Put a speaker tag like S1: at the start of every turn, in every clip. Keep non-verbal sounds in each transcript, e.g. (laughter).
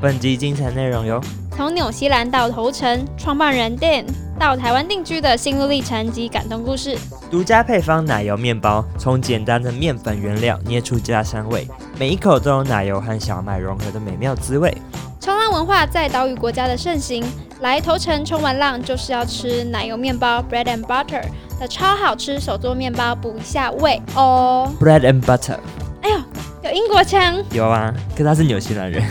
S1: 本集精彩内容由
S2: 从纽西兰到头城，创办人 Dan 到台湾定居的心路历程及感动故事。
S1: 独家配方奶油面包，从简单的面粉原料捏出家乡味，每一口都有奶油和小麦融合的美妙滋味。
S2: 冲浪文化在岛屿国家的盛行，来头城冲完浪就是要吃奶油面包 （bread and butter） 的超好吃手做面包，补一下胃哦。
S1: Bread and butter，
S2: 哎呦，有英国腔，
S1: 有啊，可他是纽西兰人，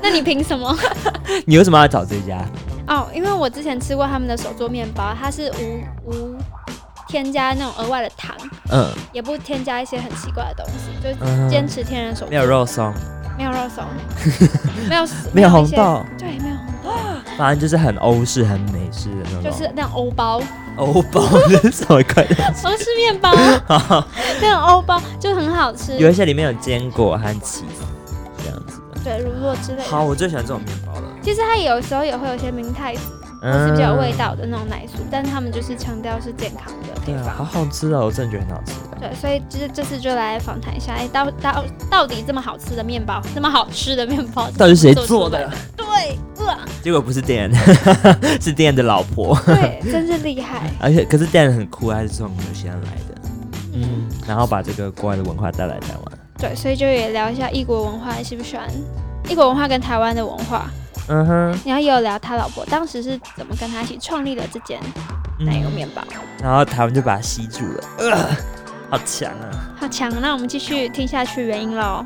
S2: 那你凭什么？
S1: (laughs) 你为什么要找这家？
S2: 哦，因为我之前吃过他们的手做面包，它是无无添加那种额外的糖，
S1: 嗯
S2: 也不添加一些很奇怪的东西，就
S1: 嗯，
S2: 坚持天然手做。
S1: 没有肉松，
S2: 没有
S1: (laughs)
S2: 肉松，没有
S1: 没有
S2: 一
S1: 红
S2: 些
S1: 豆，
S2: 对，没有红
S1: 反正就是很欧式、很美式的那种。
S2: 豆，就是那种欧
S1: (laughs)
S2: 包，
S1: 欧包这是什么
S2: (laughs)
S1: 鬼？
S2: 欧式面
S1: (laughs)
S2: 包，那种欧包就很好吃，
S1: 有一些里面有坚果和起司这样子的。
S2: 对，乳酪之类的。
S1: 好，我最喜欢这种面包了，
S2: 其实它有时候也会有一些明太子，是
S1: 嗯
S2: 比较有味。道的那种奶酥，但是他们就是强调是健康的配
S1: 对啊，
S2: 方。
S1: 好好吃哦，我真的觉得很好吃。
S2: 对，所以这这次就来访谈一下，哎，到到到底这么好吃的面包，这么好吃的面包，
S1: (laughs) 到底是谁
S2: 怎么
S1: 做
S2: 做出来
S1: 的？？
S2: 对，哇，
S1: 结果不是 Dan，是 Dan 的老婆。 (laughs)
S2: 对，真是厉害。
S1: 而且可是 Dan 很酷，他是从纽西兰来的，
S2: 嗯，
S1: 嗯，然后把这个国外的文化带来台湾，
S2: 对，所以就也聊一下异国文化，你喜不喜欢异国文化跟台湾的文化？
S1: 嗯哼，
S2: 然后也有聊他老婆当时是怎么跟他一起创立了这间奶
S1: 嗯
S2: 油面包，
S1: 然后台湾就把它吸住了，呃、好强啊！
S2: 好强！那我们继续听下去原因喽。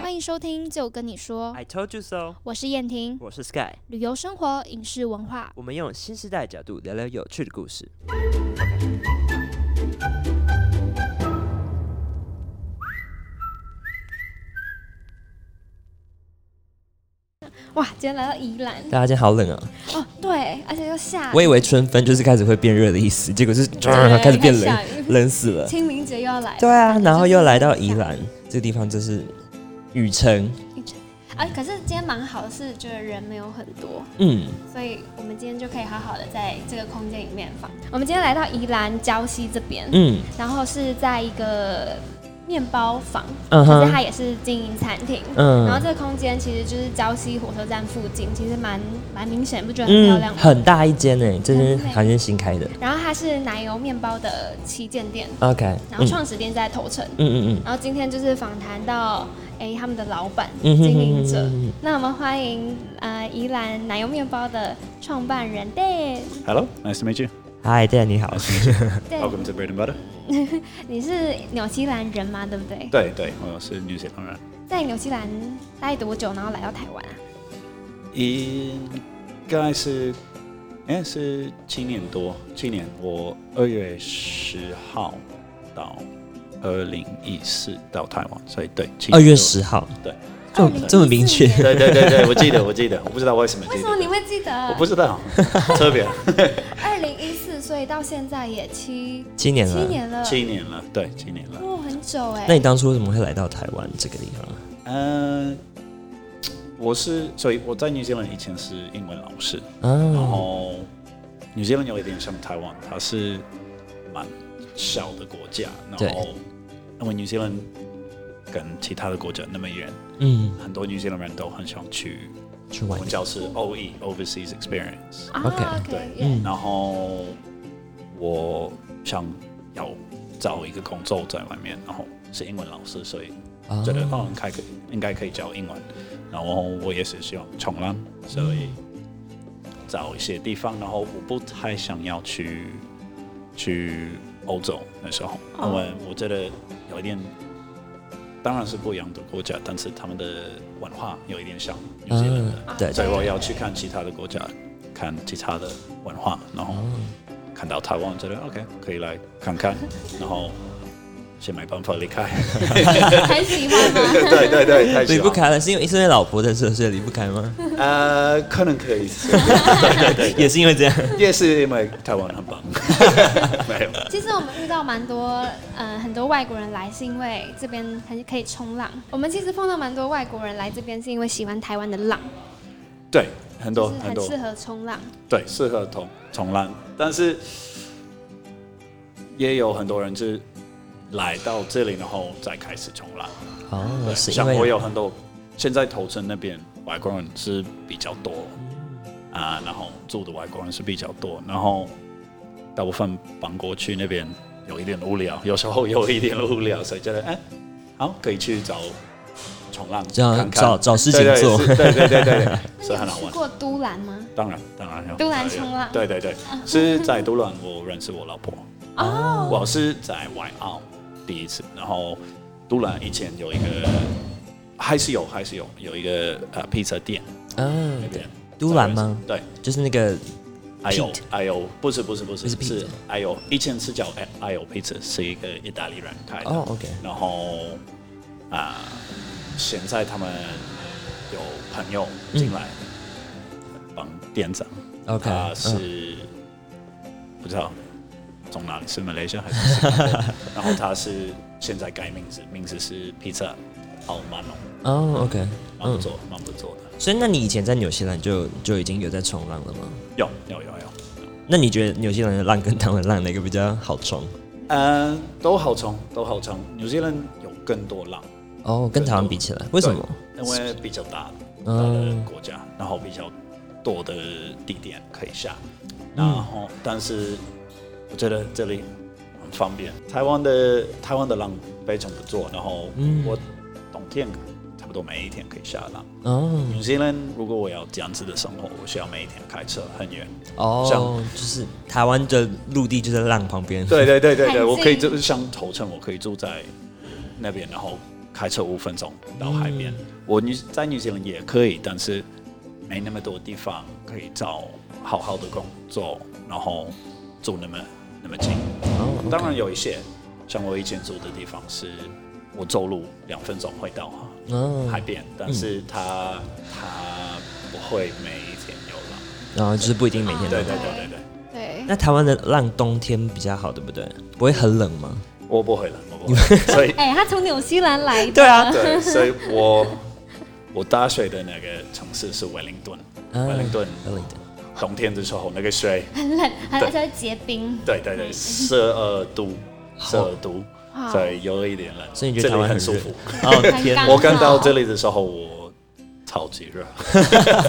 S2: 欢迎收听，就跟你说，
S1: I told you so，
S2: 我是燕婷，
S1: 我是 Sky，
S2: 旅游、生活、影视、文化。
S1: 我们用新时代的角度聊聊有趣的故事。
S2: 哇，今天来到宜兰
S1: 大家今天好冷啊！
S2: 哦，对，而且又下雨，
S1: 我以为春分就是开始会变热的意思，结果是、啊
S2: 对
S1: (laughs) 开始变
S2: 下
S1: 冷，
S2: 雨
S1: 冷死了。
S2: 清明节又要来了，
S1: 对啊，然后又来到宜兰这个地方，就是雨城，
S2: 哎、可是今天蛮好的是，就是人没有很多，
S1: 嗯，
S2: 所以我们今天就可以好好的在这个空间里面放。我们今天来到宜兰礁溪这边，
S1: 嗯
S2: 然后是在一个面包房，
S1: 嗯
S2: 可是
S1: 哼，
S2: 它也是经营餐厅。然后
S1: 嗯
S2: 这个空间其实就是礁溪火车站附近，其实蛮蛮明显，不觉得很漂亮
S1: 嗯，
S2: 吗？
S1: 很大一间呢，这间
S2: 很美
S1: 好像是新开的。
S2: 然后它是奶油面包的旗舰店，
S1: OK，
S2: 然后
S1: 嗯
S2: 创始店在头城。
S1: 嗯嗯
S2: 然后今天就是访谈到哎他们的老板、
S1: 嗯，
S2: 经营者，
S1: 嗯
S2: 那我们欢迎呃宜兰奶油面包的创办人 Dan。
S3: Hello, nice to meet you.
S1: 嗨，大家
S2: (laughs)
S1: 你好，
S2: 对，
S3: Welcome to Bread and Butter.
S2: 你是纽西兰人嘛，对不对？
S3: 对对，我是 New Zealand 人。
S2: 在纽西兰待多久，然后来到台湾啊？
S3: 应该是，应该是七年多，七年。我二月十号到二零一四到台湾，所以对，七年多
S1: 二月。十号，
S3: 对，
S1: 这么这么明确
S2: 2014年
S3: (laughs) 对对对对，我记得我记得，我不知道为什么
S2: 为什
S3: 记得
S2: 么，你会记得？
S3: 我不知道，特别
S2: 二零一四，所以到现在也七
S1: 七年
S2: 七
S1: 了。
S2: 年了，
S3: 七年了，对，七年了。
S2: 哦，很久哎。
S1: 那你当初为什么会来到台湾这个地方？
S3: 嗯、我是，所以我在 New Zealand 以前是英文老师。然
S1: 啊，
S3: 后纽西兰有一点像台湾，它是蛮小的国家，
S1: 对
S3: 然后因为纽西兰跟其他的国家那么远，
S1: 嗯，
S3: 很多纽西兰人都很想去，
S1: 去
S3: 我
S1: 玩
S3: 们叫是 OE Overseas Experience，
S2: 啊
S1: OK，
S2: OK，
S3: 对
S2: 耶
S1: 嗯
S3: 然后我想要找一个工作在外面，然后是英文老师，所以
S1: 啊
S3: 觉得哦，应该可以应该可以教英文。然后我也是喜欢冲浪，所以找一些地方。然后我不太想要去去欧洲那时候，
S2: 哦
S3: 因为我觉得有一点，当然是不一样的国家，但是他们的文化有一点像纽西兰
S1: 嗯
S3: 的，，
S1: 对
S3: 所以我要去看其他的国家，看其他的文化，然后看到台湾，觉得 OK 可以来看看，然后是没办法离开。
S1: 嗯
S2: 很喜欢吗？ (laughs)
S3: 对对对，太
S1: 离不开了，是因为是因为老婆的时候所以离不开
S3: (laughs)
S1: 吗？
S3: 呃，可能可以是，
S1: 也是因为这样，
S3: 也是因为台湾很棒，没有，
S2: 其实我们遇到蛮多，呃，很多外国人来是因为这边很可以冲浪。我们其实碰到蛮多外国人来这边是因为喜欢台湾的浪，
S3: 对，很多
S2: 就是
S3: 很
S2: 很
S3: 多
S2: 适，合冲浪。
S3: 对，适合同同浪，但是也有很多人是来到这里，然后再开始冲浪。
S1: 哦，
S3: 对
S1: 是因
S3: 像我
S1: 为
S3: 有很多现在头城那边外国人是比较多啊，然后住的外国人是比较多，然后大部分搬过去那边有一点无聊，有时候有一点无聊，所以觉得 (laughs) 哎，好可以去找冲浪，
S1: 这样
S3: 看看
S1: 找找事情做
S3: 对对是对对对 (laughs) 对，
S4: 那
S3: 是
S4: 你有
S3: 很好
S4: 去
S3: 玩。
S4: 过都兰吗？
S3: 当然，当然有。
S4: 都兰冲浪
S3: 对
S4: (laughs)
S3: 对对，是在都兰，我认识我老婆。
S4: 哦，
S3: 我是在外澳第一次，然后都兰以前有一个，还是有还是有有一个呃披萨店
S1: 嗯
S3: 那，边。
S1: 都兰吗？
S3: 对，
S1: 就是那个
S3: 哎呦
S1: Pete
S3: 哎呦，不是不是不
S1: 不
S3: 是
S1: 是 pizza
S3: 是哎呦，以前是叫哎哎呦 pizza，是一个意大利人开的。
S1: 哦，OK，
S3: 然后啊、现在他们有朋友进来
S1: 嗯
S3: 帮店长，
S1: OK，
S3: 他
S1: 嗯
S3: 啊是、不知道从哪里是马来西亚还是新加坡然后他是现在改名字，名字是 Pizza a l m a n o
S1: 哦，OK，
S3: 蛮不
S1: 嗯，
S3: 错，蛮不错的，
S1: 所以那你以前在纽西兰就就已经有在冲浪了吗？
S3: 有有有有，
S1: 那你觉得纽西兰的浪跟台湾浪哪个比较好冲？
S3: 嗯、都好冲，都好冲，纽西兰有更多浪，
S1: 哦，跟台湾比起来，为什么？
S3: 因为比较大大的
S1: 嗯
S3: 国家，然后比较多的地点可以下，然后、但是我觉得这里很方便。台湾的台湾的浪非常不错，然后
S1: 嗯
S3: 我冬天差不多每一天可以下浪。
S1: 哦
S3: 纽西兰如果我要这样子的生活，我需要每一天开车很远。
S1: 哦
S3: 像，
S1: 就是台湾的陆地就在浪旁 (laughs) 边，
S3: 对对对对
S4: 很
S3: 对，
S4: 近
S3: 我可以就是像头城，我可以住在那边，然后开车五分钟到海边。我你在纽西兰也可以，但是没那么多地方可以找好好的工作，然后住那么那么近。
S1: 哦，OK，
S3: 当然有一些，像我以前住的地方是，我走路两分钟会到
S1: 嗯，
S3: 海边，但是它它不会每一天有浪。
S1: 然后哦就是不一定每天都
S3: 对
S1: 有。
S3: 对对对对，
S4: 对，
S1: 那台湾的浪冬天比较好，对不对？不会很冷吗？
S3: 我不会了，我不会冷，所以
S2: 哎、他从纽西兰来的，
S1: 对啊，
S3: (laughs) 对，所以我我大学的那个城市是威灵顿，
S1: 嗯
S3: 威灵顿
S1: 冷的。
S3: 冬天的时候那个水， (laughs)
S2: 很冷，很
S3: 对
S2: 而且会结冰。
S3: 对对对，十二度，十二度
S4: 哇，
S3: 所以有一点冷，
S1: 所以你觉得台湾很
S3: 这 (laughs) 里很舒
S1: 热
S3: 服？
S1: 哦
S2: 很
S1: 天哪
S2: 刚
S3: 我刚到这里的时候，我超级热，
S2: 所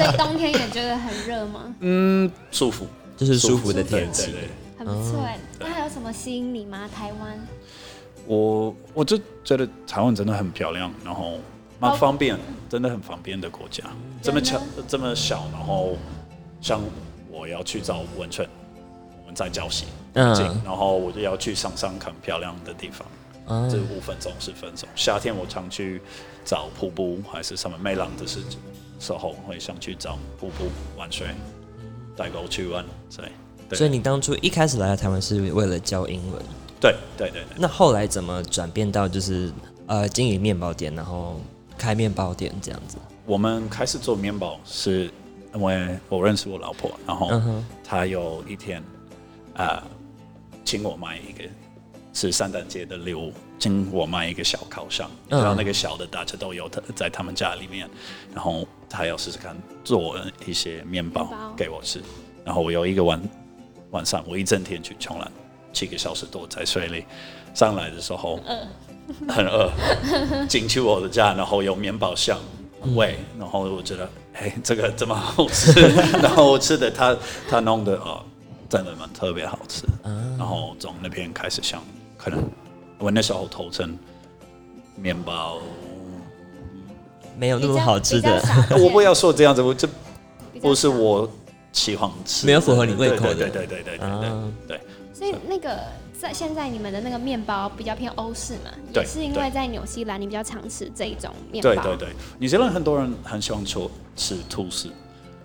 S2: 以冬天也觉得很热吗？
S3: (laughs) 嗯，舒服，
S1: 就是舒服的天
S3: 对
S1: 气
S3: 对。对
S2: 很不错哎。那还有什么吸引你吗？台湾
S3: 哦我我就觉得台湾真的很漂亮，然后蛮方便，真的很方便的国家。这么小这么小，然后像我要去找温泉，我们在礁溪
S1: 嗯
S3: 近，然后我就要去上山看漂亮的地方，
S1: 嗯
S3: 这五分钟十分钟。夏天我常去找瀑布还是什么美朗的时时候，会想去找瀑布玩水，带狗去玩，对对
S1: 嗯所以你当初一开始来到台湾是为了教英文，
S3: 对对对对。
S1: 那后来怎么转变到就是呃经营面包店，然后开面包店这样子？
S3: 我们开始做面包是因为我认识我老婆，然后
S1: 嗯哼
S3: 她有一天啊、呃请我买一个是圣诞节的礼物，请我买一个小烤箱，
S1: 嗯
S3: 然后那个小的大家都有的在他们家里面，然后她要试试看做一些面包
S2: 面包
S3: 给我吃，然后我有一个晚晚上我一整天去冲浪，七个小时多在水里，上来的时候很饿，进去我的家，然后有面包香味，然后我觉得，哎，这个这么好 (laughs) 吃，然后我吃的他他弄的哦，真的蛮特别好吃，然后从那边开始想，可能我那时候头称面包，
S1: 没有
S2: 比
S1: 那
S2: 较
S1: 么好吃的 (laughs)
S2: 比较，少见
S3: (laughs) 我不要说这样子，我这
S2: 比较
S3: 不是
S2: 少
S3: 我喜欢吃的，
S1: 没有符合你胃口的
S3: 对对对对对对对
S1: 啊
S3: 对。
S2: 所以那个在现在你们的那个面包比较偏欧式嘛，
S3: 对
S2: 也是因为在纽西兰你比较常吃这一种面包。
S3: 对对对，纽西兰很多人很喜欢吃吃吐司，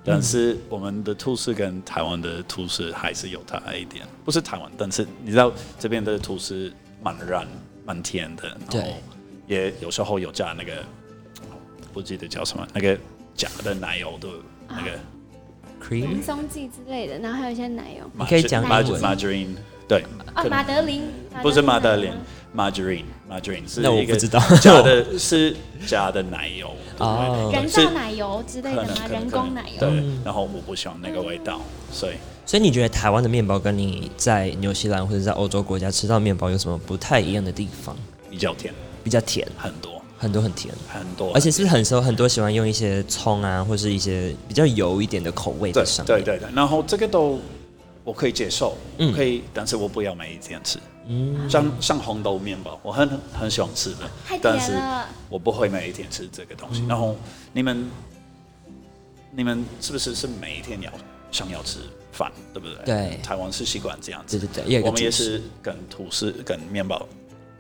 S3: 但是我们的吐司跟台湾的吐司还是有差一点，不是台湾，但是你知道这边的吐司蛮软蛮甜的，然后
S1: 对
S3: 也有时候有加那个不记得叫什么那个假的奶油的那个
S1: cream
S2: 松剂之类的，然后还有一些奶油。
S1: 你可以讲
S3: margarine-
S1: 英文
S3: margarine 对，
S2: 哦，马德琳
S3: 不是马
S2: 奶
S3: 德
S2: 吗
S3: 琳 margarine margarine 是
S1: 那我
S3: 一个
S1: 不知道
S3: (laughs) 假的是假的奶油的味道
S1: 哦嗯
S2: 人
S3: 是
S2: 造奶油之类
S3: 可
S2: 的
S3: 能
S2: 吗？
S3: 可能
S2: 人
S3: 可能
S2: 工奶油。
S3: 对，然后我不喜欢那个味道，所以
S1: 所以你觉得台湾的面包跟你在纽西兰或者在欧洲国家吃到的面包有什么不太一样的地方？
S3: 比较甜
S1: 比较甜，
S3: 很多
S1: 很多很甜，
S3: 很多，
S1: 而且是不是很多很多喜欢用一些葱啊，或是一些比较油一点的口味
S3: 对
S1: 在上面。
S3: 对对对，然后这个都我可以接受，
S1: 嗯
S3: 可以，但是我不要每一天吃。
S1: 嗯，
S3: 像像红豆面包，我很很喜欢吃的，
S2: 太
S3: 但
S2: 甜
S3: 是
S2: 了，
S3: 我不会每一天吃这个东
S1: 嗯
S3: 西。然后你们你们是不是是每一天要想要吃饭，对不对？
S1: 对
S3: 台湾是习惯这样子
S1: 对，对对，也有一个
S3: 我们也
S1: 主食
S3: 是跟吐司跟面包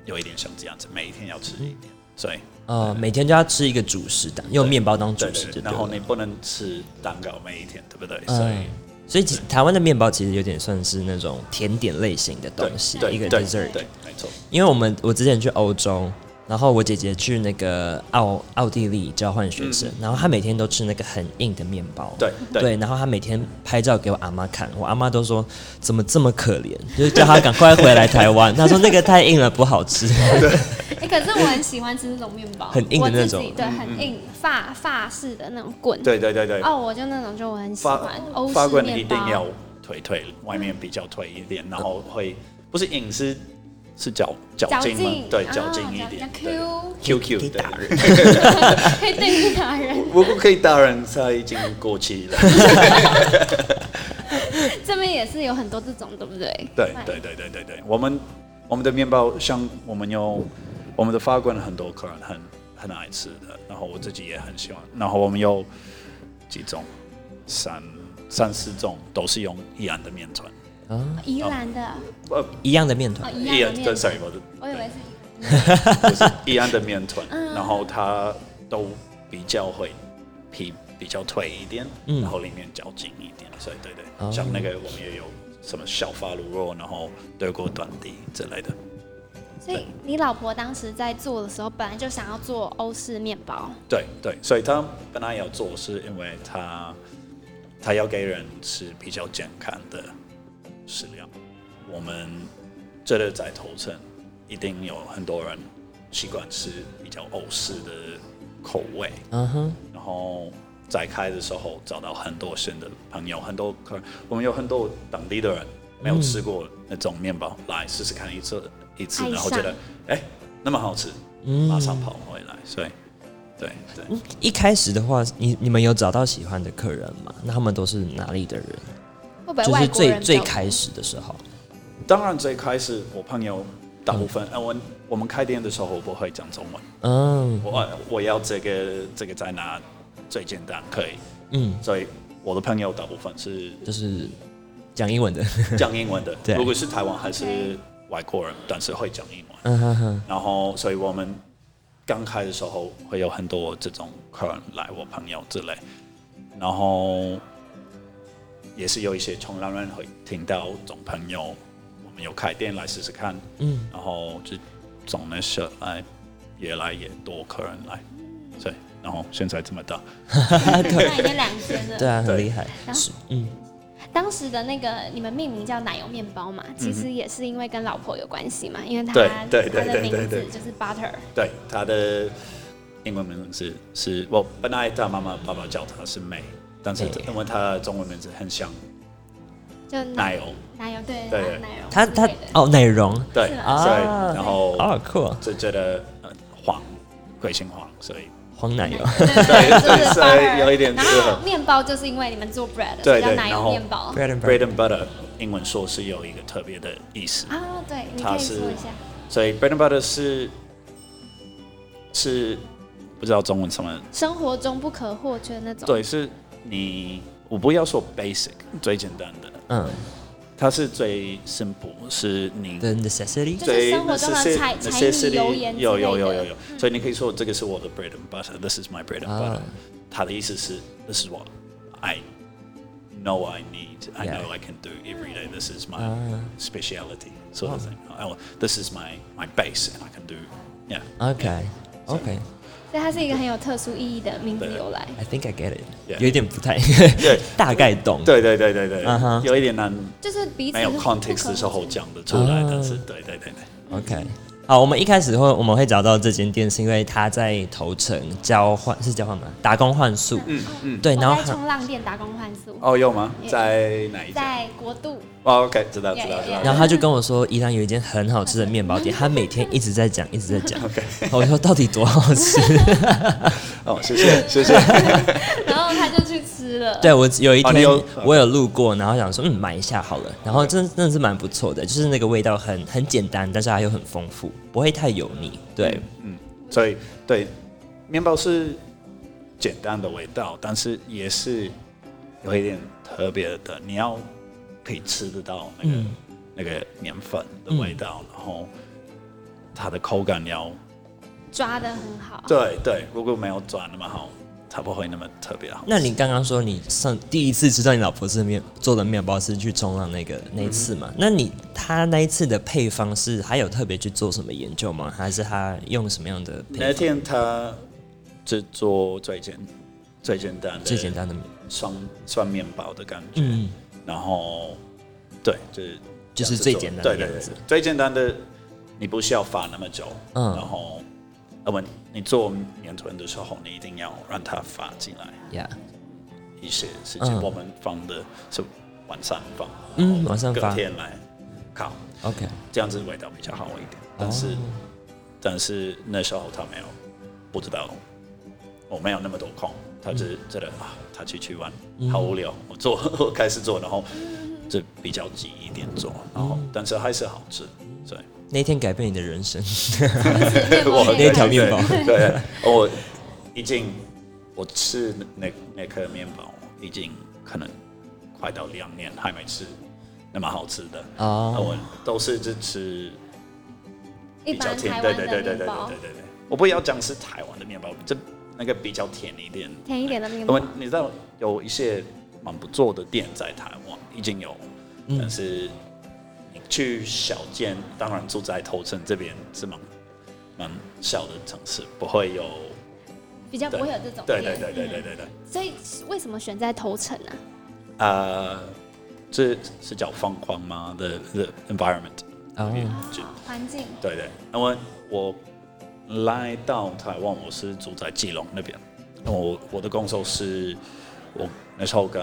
S3: 有一点像这样子，每一天要吃一点，所以
S1: 呃，每天就要吃一个主食的，用面包当主
S3: 对
S1: 食
S3: 对
S1: 就
S3: 对，
S1: 对
S3: 然后你
S1: 了。
S3: 不能吃蛋糕每一天，对不对？所
S1: 嗯
S3: 以。
S1: 所以其台湾的面包其实有点算是那种甜点类型的东
S3: 对
S1: 西，
S3: 对
S1: 一个
S3: 对
S1: dessert。
S3: 对，没错。
S1: 因为我们我之前去欧洲，然后我姐姐去那个奥奥地利交换学生，然后她每天都吃那个很硬的面包。
S3: 嗯对对
S1: 然后她每天拍照给我阿妈看，我阿妈都说怎么这么可怜，就是叫她赶快回来台
S3: (laughs)
S1: 湾。她说那个太硬了，不好吃。 (laughs)
S2: 哎、可是我很喜欢吃那种面包，
S1: 很硬的那种
S2: 我自己对，很硬，法法式的那种滚。
S3: 嗯对对对对，
S2: 哦，我就那种就我很喜
S3: 法
S2: 欢欧
S3: 法
S2: 式
S3: 棍一
S2: 面包
S3: 定，要腿腿，外面比较腿一点，然后会不是饮食是嚼嚼
S2: 嚼
S3: 劲吗
S2: 劲？，
S3: 对，
S2: 啊
S3: 嚼劲一点
S2: 比较 Q，
S3: ，Q Q
S1: 可以
S3: 打人。 (laughs)
S2: 可以对付打人。
S3: 不过可以打人，他已经过
S2: (laughs)
S3: 期了。
S2: 这边也是有很多这种，对不对？
S3: 对对对对对对，我们我们的面包像我们有我们的法棍，很多客人很很爱吃的，然后我自己也很喜欢。然后我们有几种，三三四种都是用一样的面团，
S1: 啊，
S2: 宜兰的
S3: 呃，
S1: 一样的面团
S2: 哦，宜兰的面
S3: 对
S2: 包
S3: ，sorry，，我的
S2: 我以为是
S3: 就是一样的面团，
S2: 嗯
S3: 然后它都比较会皮比较脆一点，
S1: 嗯
S3: 然后里面较劲一点，所以对对，
S1: 哦
S3: 像那个我们也有什么小发卤肉，然后德国短笛之类的，
S2: 所以你老婆当时在做的时候，本来就想要做欧式面包，
S3: 对对，所以他本来要做是因为他他要给人吃比较健康的食料，我们这个在头城一定有很多人习惯吃比较欧式的口味，
S1: 嗯哼，
S3: 然后在开的时候找到很多新的朋友，很多客人，我们有很多当地的人没有吃过那种面包，来试试看一次一次，
S2: 爱
S3: 然后
S2: 上
S3: 觉得哎那么好吃，
S1: 嗯
S3: 马上跑回来，所以对对，
S1: 一开始的话，你你们有找到喜欢的客人吗？那他们都是哪里的人？
S2: 会不会
S1: 就
S2: 外
S1: 是
S2: 国人
S1: 最
S2: 比较
S1: 最开始的时候，
S3: 当然最开始我朋友大部分，呃我我们开店的时候我不会讲中文，
S1: 嗯
S3: 我呃我要这个这个在哪最简单可以，
S1: 嗯，
S3: 所以我的朋友大部分是
S1: 就是讲英文
S2: (laughs)
S1: 的，
S3: (laughs) 讲英文的
S1: 对，
S3: 如果是台湾还是外国人，但是会讲英文。
S1: 嗯哼哼。
S3: 然后所以我们刚开的时候会有很多这种客人来，我朋友之类，然后也是有一些冲浪人会听到总朋友，我们有开店来试试看，
S1: 嗯，
S3: 然后就总的是来越来越多客人来，对，然后现在这么大，
S2: 那已经两间
S1: (laughs)
S2: 了。
S1: 对啊，很
S3: 对
S1: 厉害。
S2: 然后
S1: 是，嗯，
S2: 当时的那个你们命名叫奶油面包嘛，其实也是因为跟老婆有关系嘛，因为她
S3: 嗯对
S2: 她
S3: 对对
S2: 的
S3: 对
S2: 名
S3: 对
S2: 字
S3: 对
S2: 就是 butter，
S3: 对，他的英文名字是我本来他妈妈爸爸叫他是 May，但是
S1: 对
S3: 因为他的中文名字很像
S2: 就
S3: 奶油。
S2: 奶油对
S3: 对
S2: 奶油，
S1: 他他
S2: 对对
S1: 哦，奶蓉
S3: 对，
S2: 是
S1: 啊
S3: 所以然后
S1: 啊，酷，
S3: 就觉得呃黄，贵姓黄，
S2: (laughs)
S3: 所以
S1: 黄奶油。
S2: 对对对，就是
S3: 所以
S2: butter。
S3: 有一点
S2: 然
S3: 适合
S2: 后面包就是因为你们做 bread，所
S3: 对
S2: 以叫
S3: 对
S2: 奶
S3: 然
S2: 油
S3: 后
S2: 面包
S1: bread and
S3: bread
S1: butter，
S3: and butter 英文说是有一个特别的意思，
S2: 啊，对，你可
S3: 它
S2: 以
S3: 是
S2: 说一下，
S3: 所以 bread and butter 是是不知道中文什么，
S2: 生活中不可或缺的那种。
S3: 对，是你我不要说 basic 最简单的，
S1: 嗯
S3: 它是最 simple，是你
S1: ，the necessity，
S2: 就是
S3: 最
S2: 生活中的柴柴米
S3: necessity-
S2: 油盐之
S3: 有
S2: 类
S3: 有有
S2: 的
S3: 有有，所以你可以说这个是我的 bread and butter，this is my bread and
S1: 啊
S3: butter。他的意思是，this is what I know I need, I
S1: Yeah.
S3: know I can do every day. This is my
S1: 啊
S3: speciality sort of thing. Oh, this is my my base, and I can do. Yeah.
S1: ，OK，OK，I
S2: 所以它是一个很有特殊意义的名字
S3: 对
S2: 由来。
S1: think I get it，
S3: Yeah
S1: 有一点不太，
S3: 对
S1: (laughs) 大概懂。
S3: 对对对对对
S1: 嗯哼
S3: 有一点难，
S2: 就是彼此
S3: 没有
S2: 是不可
S3: context 的时候讲得出来，但是对对对对，
S1: ，OK，好，我们一开始会我们会找到这间店，是因为它在头城交换是交换吗？打工换宿，
S3: 嗯嗯。
S1: 对，
S2: 我
S1: 然后
S2: 在
S1: 很
S2: 冲浪店打工换宿，
S3: 哦，有吗？
S2: 也
S3: 在哪一家？
S2: 在国度，
S3: 哦，OK，知道知道
S2: Yeah,
S3: 知
S2: yeah,
S1: 然
S3: 道。
S1: 后他就跟我说，宜兰有一间很好吃的面包店，他每天一直在讲，一直在讲。
S3: (laughs) OK，
S1: 我说到底多好吃？
S3: 哦，
S2: (laughs)
S3: 谢谢谢谢。
S2: 然后他就去吃了。
S1: 对我有一
S3: 哦你
S1: 天
S3: 有
S1: 我有路过，然后想说嗯买一下好了，然后真真的是蛮不错的，就是那个味道很很简单，但是它又很丰富，不会太油腻。对，
S3: 嗯，所以对，面包是简单的味道，但是也是有一点特别的，你要可以吃得到那个、
S1: 嗯
S3: 那个面粉的味道，然后它的口感
S2: 哦
S3: 要
S2: 抓的很好。
S3: 对对，如果没有转那么好，它不会那么特别好。
S1: 那你刚刚说你上第一次知道你老婆是面做的面包是去冲浪那个那一次
S3: 嗯
S1: 嘛？那你她那一次的配方是还有特别去做什么研究吗？还是她用什么样的
S3: 那
S1: 配方？
S3: 天他只做最简最简单的
S1: 最简单的面，
S3: 酸酸面包的感觉，
S1: 嗯，
S3: 然后对，就是
S1: 就是
S3: 这
S1: 最
S3: 样子
S1: 简单
S3: 做
S1: 的
S3: 对对
S1: 样
S3: 对
S1: 子。，
S3: 最简单的，你不需要发那么久，
S1: 嗯
S3: 然后，那么你做年团的时候，你一定要让它发进来
S1: 呀，
S3: 一些事情。
S1: 嗯
S3: 我们放的是晚上放，
S1: 嗯
S3: 然后
S1: 晚上
S3: 隔
S1: 发
S3: 天来烤，
S1: OK，
S3: 这样子味道比较好一点。
S1: 哦
S3: 但是，但是那时候他没有，不知道，我没有那么多空，他只是
S1: 嗯
S3: 觉得、啊，他去去玩，好无聊，我做， (laughs) 我开始做，然后就比较急一点做，然后、
S1: 嗯
S3: 但是还是好吃，所以。
S1: (laughs) 那天改变你的人生，
S2: 我
S3: 我
S1: 那条面包
S3: (laughs) 对，哦我已经我吃那那颗面包已经可能快到两年还没吃那么好吃的
S1: 哦
S3: 啊我都是只吃
S2: 一
S3: 比较
S2: 般
S3: 甜
S2: 台，
S3: 对
S2: 湾
S3: 对
S2: 的
S3: 对对对对
S2: 面
S3: 对
S2: 包，
S3: 对，我不要讲是台湾的面包，这那个比较甜一点。
S2: 甜一点的面
S3: 我
S2: 包
S3: 们，你知道有一些蛮不错的店在台湾已经有，
S2: 嗯
S3: 但是你去小店，当然住在头城这边是蛮蛮小的城市，不会有。
S2: 比较不会有这种
S3: 对
S2: 店。
S3: 对对对对对对，
S2: 所以为什么选在头城啊？
S3: 呃，这是叫疯狂吗？The the environment，
S1: (laughs) 哦，
S3: 就
S2: 环境
S3: 对对，那么我来到台湾，我是住在基隆那边。那我我的工作是，我那时候跟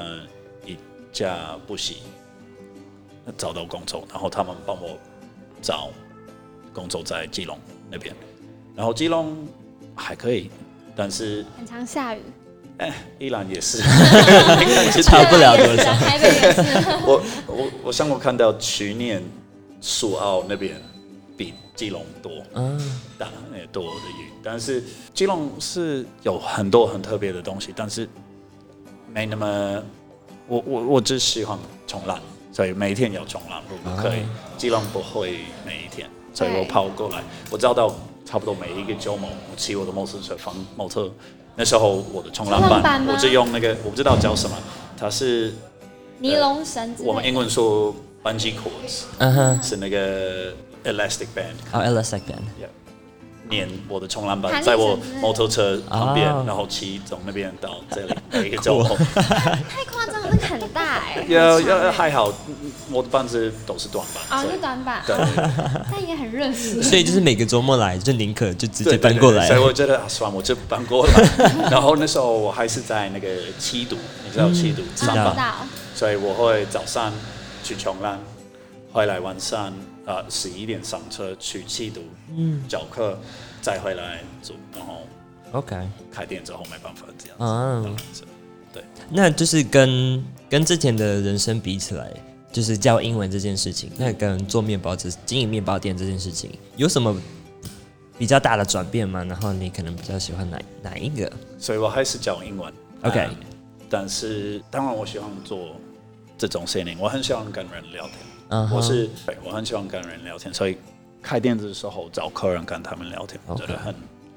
S3: 一家补习找到工作，然后他们帮我找工作在基隆那边。然后基隆还可以，但是哎
S2: 很常下雨，
S3: 依然也是
S1: 差不了多少。
S2: 台北啊也是。
S3: 我我我上午看到去年苏澳那边比基隆多，
S1: 嗯，
S3: 大也多的雨，但是基隆是有很多很特别的东西，但是没那么，我我我只喜欢冲浪，所以每天有冲浪，如果可以，
S1: 哦
S3: 基隆不会每一天，所以
S2: 对
S3: 我跑过来，我找到差不多每一个周末，我骑我的摩托车房摩托，那时候我的冲浪
S2: 冲
S3: 板，
S2: 浪板吗
S3: 我就用那个我不知道叫什么，它是
S2: 尼龙绳之
S3: 我们
S2: 类
S3: 英
S2: 的，
S3: 文说 bungee cords，
S1: 嗯哼，
S3: 是那个 elastic band。
S1: 好 l s 感，
S3: 粘我的冲浪板
S2: 弹力
S3: 在我
S2: 绳之类的
S3: 摩托车旁边
S1: 哦，
S3: 然后骑从那边到
S1: (laughs)
S3: 这里，每一个周末。
S2: 太夸张了，那个很大哎、很
S3: (laughs) 要
S2: 长
S3: 要
S2: 哎
S3: 还好，嗯我的板子都是短板，
S2: 哦，
S3: 所以
S2: 那短板，
S3: 对
S2: (laughs) 但也很热死。
S1: 所以就是每个周末来，就宁可就直
S3: 对
S1: 接
S3: 对
S1: 搬过
S3: 对
S1: 来
S3: 所以。我觉得啊算了我就搬
S1: (laughs)
S3: 过来。然后那时候我还是在那个七度，你知道七度
S1: 知
S3: 上
S1: 道
S3: 班
S2: 知，道，
S3: 所以我会早上去冲浪，回来晚上啊十一点上车去七度，嗯，教课再回来住，然后
S1: OK，
S3: 开店之后没办法这样子
S1: 嗯
S3: 当然是，对。
S1: 那就是跟跟之前的人生比起来，就是教英文这件事情，那跟做面包这经营面包店这件事情，有什么比较大的转变吗？然后你可能比较喜欢哪哪一个？啊
S3: 所以我还是讲英文。
S1: OK
S3: 嗯但是当然我喜欢做这种事情，我很喜欢跟人聊天。
S1: 嗯哼
S3: 我是对我很喜欢跟人聊天，所以开店的时候找客人跟他们聊天，我觉得很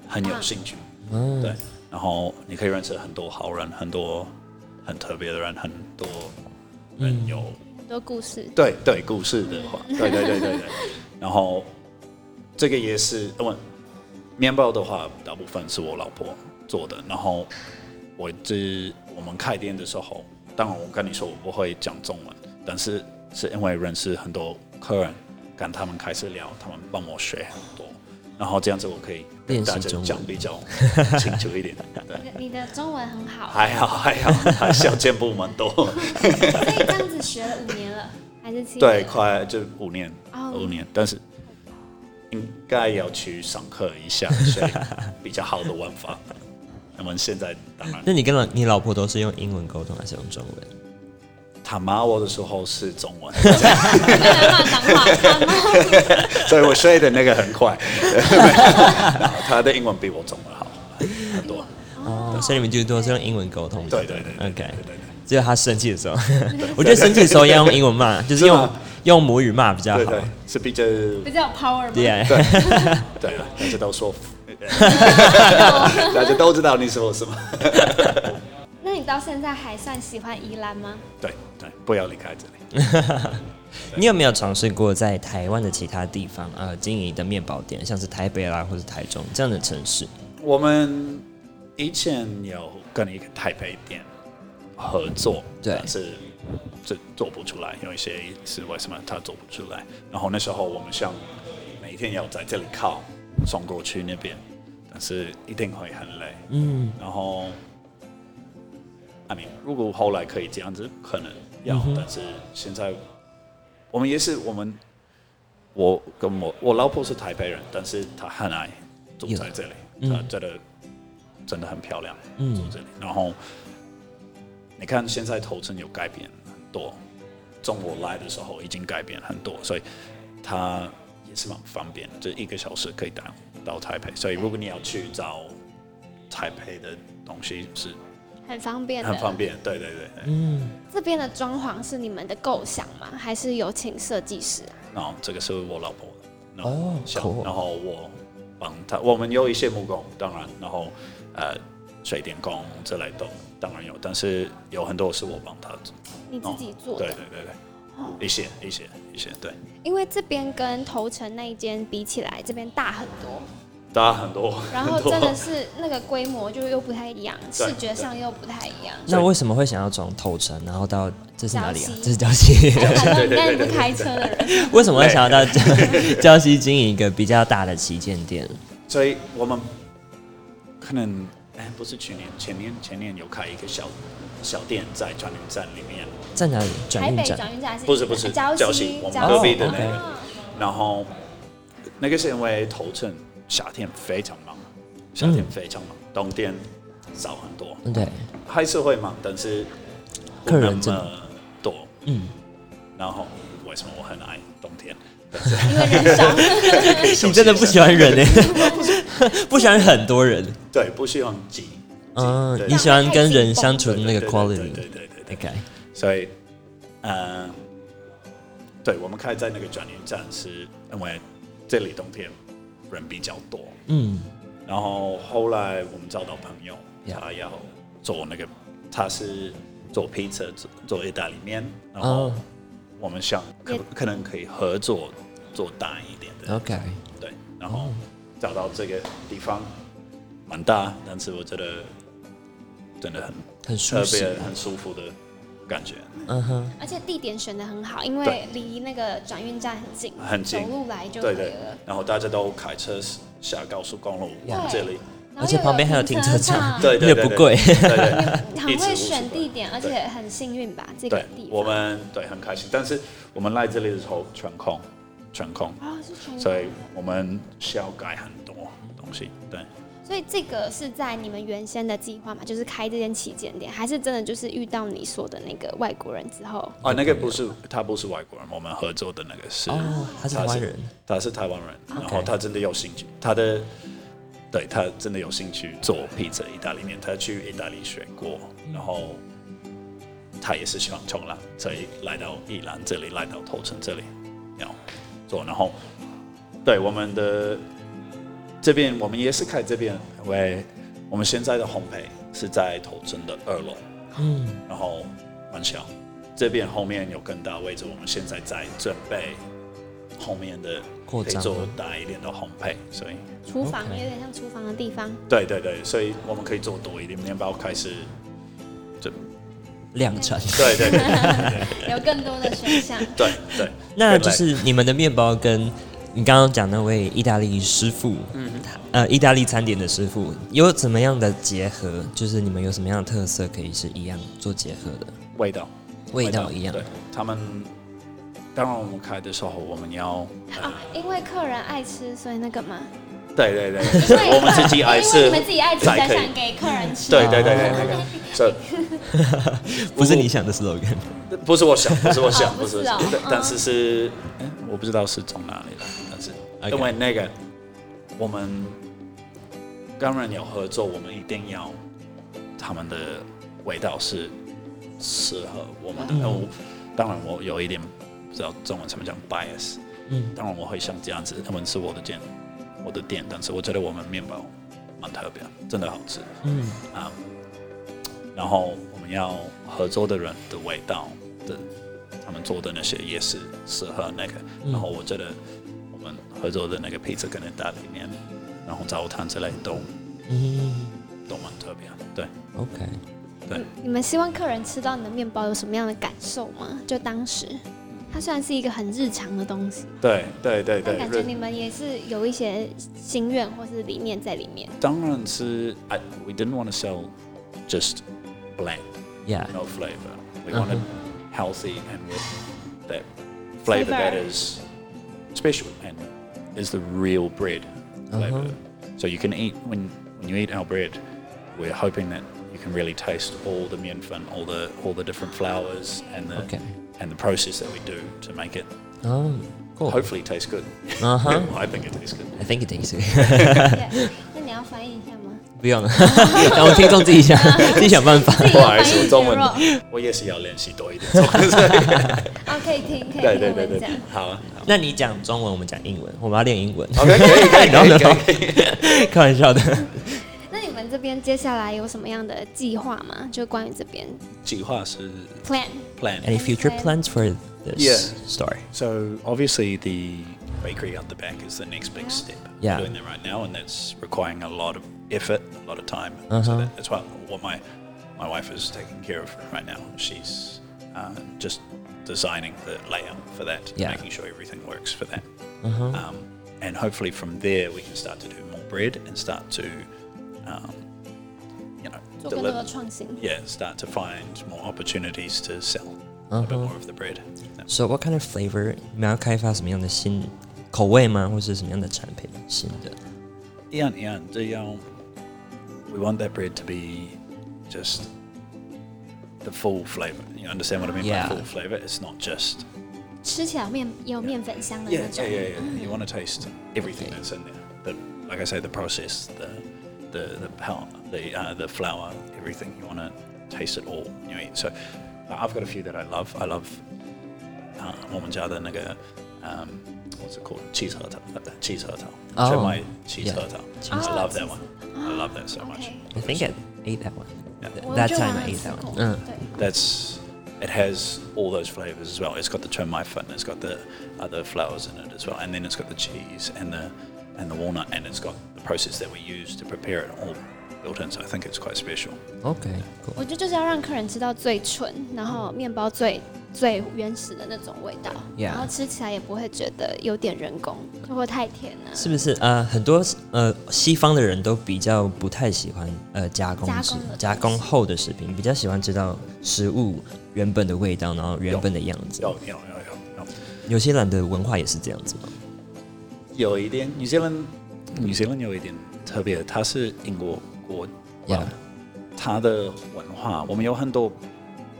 S3: 很有兴趣。
S1: 嗯
S3: 对，然后你可以认识很多好人，很多很特别的人，很多
S1: 嗯
S3: 人有、
S2: 很多故事，
S3: 对对故事的话，对对对对对。然后这个也是，呃不，面包的话，大部分是我老婆做的。然后我这我们开店的时候，当然我跟你说我不会讲中文，但是是因为认识很多客人，跟他们开始聊，他们帮我学很多。然后这样子我可以跟
S1: 练习
S3: 大家
S1: 中文
S3: 讲比较清楚一点。对，
S2: 你的你的中文很好，
S3: 还好还好，还小进步蛮多。
S2: 所以这样子学了五年了，还是七年 (laughs)
S3: 对，
S2: 了
S3: 快就五年，
S2: 哦
S3: 五年，但是应该要去上课一
S2: (laughs)
S3: 下，所以比较好的玩法。我们现在当然
S1: 那你跟老你老婆都是用英文沟通还是用中文？
S3: 他骂我的时候是中文，
S2: 不能乱讲话， (laughs) 他妈
S3: 所以我学的那个很快。 (laughs) 然后他的英文比我中文好很多。
S1: 哦，所以你们就都是用英文沟通。
S3: 对对对对
S1: o k
S3: 对对对
S1: 只有他生气的时候，我觉得生气的时候要用英文骂，就是
S3: 是
S1: 用
S3: 吗
S1: 用母语骂比较
S3: 对
S1: 好
S3: 对。，是比较
S2: 比较有 power 吗？
S1: 对啊，
S3: 对了，大家
S2: (laughs)
S3: 都说，大家都知道你说什么。
S2: 那你到现在还算喜欢宜兰吗？
S3: 对对，不要离开这里。
S1: 你有没有尝试过在台湾的其他地方呃经营的面包店，像是台北啦或者台中这样的城市？
S3: 我们以前有跟一个台北店合作，
S1: 对
S3: 但是这做不出来，有一些是为什么他做不出来。然后那时候我们想每天要在这里靠送过去那边，但是一定会很累。
S1: 嗯，
S3: 然后，I mean，如果后来可以这样子，可能要，但是现在我们也是我们，我跟我我老婆是台北人，但是她很爱住在这里，她觉得真的很漂亮，
S1: 嗯
S3: 住这里。然后你看现在头城有改变很多，中国来的时候已经改变很多，所以它也是蛮方便，就一个小时可以到到台北。所以如果你要去找台北的东西是
S2: 很方便的，嗯
S3: 很方。便，对对对对。
S2: 这边的装潢是你们的构想吗？还是有请设计师啊？
S3: 然后这个是我老婆的，然
S1: 哦
S3: 后像
S1: 酷
S3: 然后我帮她，我们有一些木工，当然，然后呃水电工之类的当然有，但是有很多是我帮她做，
S2: 你自己做
S3: 对
S2: 的？
S3: 哦
S2: 哦
S3: 对对对，一些一些一些，对，
S2: 因为这边跟头城那一间比起来，这边大很多，
S3: 大家很多，
S2: 然后
S3: 很多
S2: 真的是那个规模就又不太一样，
S3: 对
S2: 视觉上又不太一样。
S1: 那为什么会想要从头城，然后到这是哪里啊
S2: 礁？溪
S1: 这是礁溪。
S2: 好吧，
S3: 对
S2: 你
S3: 对对
S2: 看你
S3: 对
S2: 不
S3: 对
S2: 开车的人，
S1: 为什么会想要到礁礁溪经营一个比较大的旗舰店？
S3: 所以我们可能哎，不是去年，前年前年有开一个小小店在转运站里面，
S1: 在哪里？
S2: 台
S1: 转运
S2: 北
S1: 站
S2: 转运站还是
S3: 不是不是
S2: 礁
S3: 礁溪
S2: 溪
S3: 我们
S2: 礁
S1: 隔壁的
S2: 溪
S1: 那个
S2: 哦
S3: 然后那个是因为头城夏天非常忙，夏天非常忙，冬天少很多，
S1: 嗯，对，
S3: 还是会忙，但是不
S1: 客人
S3: 那
S1: 真的
S3: 么多。
S1: 嗯，
S3: 然后为什么我很爱冬天？
S2: 因为人少，
S3: (laughs)
S1: 你真的不喜欢人呢、不喜欢很多人。
S3: 对，不希望挤。
S1: 嗯
S3: 对，
S1: 你喜欢跟人相处的那个
S3: 对对对
S1: quality。
S3: 对对对对
S1: OK，
S3: 所以，呃，对，我们开在那个转运站，是因为这里冬天人比较多，
S1: 嗯，
S3: 然后后来我们找到朋友，
S1: Yeah.
S3: 他要做那个，他是做披萨，做做意大利面，然后
S1: 哦
S3: 我们想可
S2: Yeah.
S3: 可能可以合作做大一点的
S1: ，OK，
S3: 对，然后
S1: 哦
S3: 找到这个地方蛮大，但是我觉得真的很
S1: 很舒
S3: 特别
S1: 适。啊
S3: 很舒服的感觉，
S1: 嗯哼，
S2: 而且地点选的很好，因为
S3: 对
S2: 离那个转运站很近，
S3: 很近
S2: 走路来就可
S3: 对
S2: 以
S3: 对
S2: 了。，
S3: 然后大家都开车下高速公路
S1: 对
S3: 往这里，
S2: 然后
S1: 而且
S2: 又
S1: 旁边还有停车
S2: 场
S1: 场，
S3: 对对
S1: 也
S3: 对
S1: 不
S3: 对
S1: 贵。
S3: 对对。
S2: 你啊 (laughs) 很会选地点，而且很幸运吧？这个
S3: 对
S2: 地，方，
S3: 我们对很开心，但是我们来这里的时候全空，全空，
S2: 哦是全
S3: 所以我们修改很多东西。对，
S2: 所以这个是在你们原先的计划嘛？就是开这间旗舰店，还是真的就是遇到你说的那个外国人之后，
S3: 哦，那个不是他不是外国人，我们合作的那个是，
S1: 哦，他是台湾人。
S3: 他是台湾人，然后他真的有兴趣，他的对他真的有兴趣做披萨意大利面，他去意大利学过，
S1: 嗯
S3: 然后。他也是喜欢冲浪，所以来到宜兰这里，来到头城这里，然后做，然后对我们的这边，我们也是开这边，因为我们现在的烘焙是在头城的二楼，嗯，然后蛮小，这边后面有更大位置，我们现在在准备后面的
S1: 扩
S3: 可以
S1: 张
S3: 做
S1: 吗
S3: 大一点的烘焙，所以
S2: 厨房
S1: OK
S2: 有点像厨房的地方，
S3: 对对对，所以我们可以做多一点面包，开始就
S1: 量产，
S3: 对对对 (laughs)
S2: 有更多的选项。
S3: 对对，
S1: 那就是你们的面包跟你刚刚讲那位意大利师傅，嗯，呃，意大利餐点的师傅有怎么样的结合？就是你们有什么样的特色可以是一样做结合的？
S3: 味道
S1: 味道一样
S3: 对，他们当然我们开的时候我们要，
S2: 哦，因为客人爱吃，所以那个
S3: (laughs)
S2: 嘛，
S3: 对对对，
S2: 因为
S3: 我们自
S2: (laughs)
S3: 己爱
S2: 因为
S3: 吃
S2: 你，们自己爱吃，
S3: 才
S2: 才
S3: 可以
S2: 想给客人吃。
S3: 对对对对，那个这
S1: 不是你想的 slogan。
S3: 不是我 (laughs) 想，不是我想，
S2: 哦
S3: 不是嗯
S2: 不
S3: 我
S2: 是哦
S3: 想，但但是是，哎我不知道是从哪里来，但是
S1: OK
S3: 因为那个我们当然有合作，我们一定要他们的味道是适合我们的。那我当然我有一点不知道中文怎么讲 bias，
S1: 嗯，
S3: 当然我会像这样子，他们是我的店，我的店，但是我觉得我们面包蛮特别，真的好吃。
S1: 嗯，
S3: 啊、然后我们要合作的人的味道的，他们做的那些也是适合那个。
S1: 嗯
S3: 然后我觉得我们合作的那个披萨跟意大利面，然后早餐之类都
S1: 嗯
S3: 都蛮特别的。对，
S1: ，OK。
S3: 嗯
S2: 你们希望客人吃到你的面包有什么样的感受吗？就当时，它虽然是一个很日常的东西，
S3: 对对对
S2: 但感觉
S3: 对，
S2: 你们也是有一些心愿或是理念在里面。
S3: (laughs) 当然是 I we didn't want to sell just bland
S1: Yeah.
S3: no flavor. We
S1: Uh-huh.
S3: wanted healthy and with that flavor that
S2: Flavor.
S3: is special and is the real bread flavor.
S1: Uh-huh.
S3: So you can eat when when you eat our bread, we're hoping that you can really taste all the mianfen, all the all the different flours and the
S1: Okay.
S3: and the process that we do to make it
S1: Oh, cool.
S3: hopefully taste good.
S1: Uh huh.
S3: (laughs) I think it tastes good.
S1: I think it is. (laughs)
S2: 对，那你要翻译一下吗？
S1: 不用了，让我们听众自己
S3: (laughs)
S1: 想，自己想办法。
S2: 自己
S3: 不
S2: 要
S3: 好意
S2: 翻
S3: 思
S2: 译
S3: 中文
S2: 啊，
S3: (laughs)
S2: 哦可以听，可以听我们讲。 (laughs)
S3: 我也是要练习多一点。对对对对，好啊，好。OK，可以可以可以可以。
S1: 那你讲中文，我们讲英文，我们要练英文。 (laughs) 开玩笑的。
S2: 那你们这边接下来有什么样的计划吗？就关于这边
S3: 计划是
S2: plan，
S3: plan。
S1: Any future plans for
S3: Yeah.
S1: this story?
S3: So obviously the bakery out the back is the next big step.
S1: Yeah.
S3: We're doing that right now, and that's requiring a lot of effort, a lot of time.
S1: Uh-huh.
S3: So that, that's what what my my wife is taking care of right now. She's uh, just designing the layout for that,
S1: Yeah.
S3: making sure everything works for that.
S1: Uh huh.
S3: Um, and hopefully from there we can start to do more bread and start to, um, you know,
S2: 做更多
S3: deliver.
S2: 的创新。
S3: Yeah, start to find more opportunities to sell a bit
S1: Uh-huh.
S3: more of the bread. That's-
S1: So what kind of flavor？你们要开发什么样的新口味吗？或是什么样的产品？新的
S3: Ian, Ian, do you, we want that bread to be just the full flavor. You understand what I mean
S1: Yeah.
S3: by full flavor? It's not just.
S2: 吃起来有面也有面粉香的
S3: Yeah,
S2: 那
S3: yeah,
S2: 种。嗯
S3: yeah. yeah. You want to taste everything that's in there. But like I say, the process, the the the power, the uh, the flour, everything. You want to taste it all. You know, so uh, I've got a few that I love. I love uh, Momonjada Naga. Um, what's it called? Cheese hot cheese hot
S1: Oh,
S3: my cheese
S1: yeah.
S3: hot
S1: Cheese
S3: I love that
S2: cheese
S3: one. I love that so (gasps) much.
S2: OK
S1: ，I think I ate that one.
S2: 我
S1: That
S2: 就
S1: time
S2: 好
S1: I
S2: 像
S1: ate
S2: 吃
S1: that
S2: 过
S1: one. 嗯
S2: 对，
S3: That's it has all those flavors as well. It's got the chomai fun, it's got the other flowers in it as well, and then it's got the cheese and the and the walnut, and it's got the process that we use to prepare it all built in. So I think it's quite special.
S1: OK, Uh, cool.
S2: 我觉得就是要让客人吃到最纯，然后面包最最原始的那种味道
S1: Yeah
S2: 然后吃起来也不会觉得有点人工或太甜啊。
S1: 是不是呃很多呃西方的人都比较不太喜欢呃加工
S2: 加
S1: 食
S2: 工的
S1: 加
S2: 东西
S1: 工后的食品，比较喜欢知道食物原本的味道，然后原本的样子。
S3: Oh, you know, you know, you know.
S1: 纽西兰的文化也是这样子吗？
S3: 有一点- New Zealand New Zealand 有一点特别，它是英国国
S1: 呀，
S3: 它的文化，我们有很多，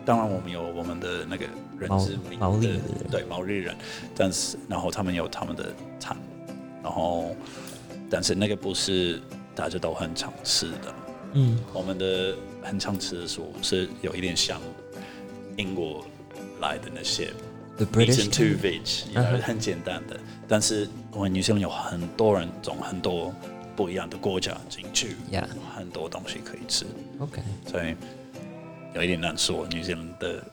S3: 当然我们有我们的那个人
S1: 毛
S3: 之民
S1: 毛利
S3: 的
S1: 人
S3: 对毛利人，但是然后他们有他们的汤，然后但是那个不是大家都很常吃的，
S1: 嗯
S3: 我们的很常吃的是是有一点像英国来的那些
S1: ，The
S3: meat
S1: British
S3: and two veg，
S1: (laughs)
S3: you know，
S1: 嗯哼
S3: 很简单的，但是我们女生有很多人从很多不一样的国家进去
S1: Yeah
S3: 很多东西可以吃。
S1: OK，
S3: 所以有一点难说。New Zealand 的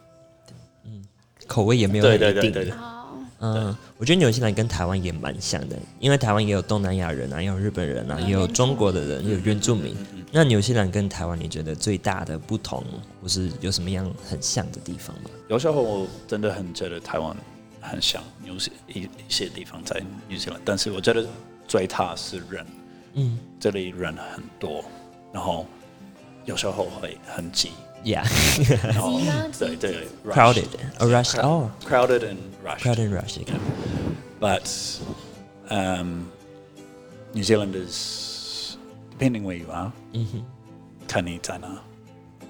S1: 口味也没有
S3: 对
S1: 很
S3: 对
S1: 一
S3: 对
S1: 定。
S3: 对对，
S2: 哦，
S1: 嗯，我觉得纽西兰跟台湾也蛮像的，因为台湾也有东南亚人啊，也有日本人啊，也有中国的人，也有原住民。那纽西兰跟台湾，你觉得最大的不同，或是有什么样很像的地方吗？
S3: 有时候我真的很觉得台湾很像有些一一些地方在新西兰，但是我觉得最大是人，
S1: 嗯
S3: 这里人很多，然后有时候会很挤，
S1: ，Yeah，crowded
S3: 然后
S2: 挤吗
S3: 对对 rush
S1: a rush hour。
S3: crowded and
S1: (laughs)
S3: rushed
S1: Crowd and rush again.
S3: but um, New Zealanders, depending where you are,
S1: Mm-hmm.
S3: can eat dinner.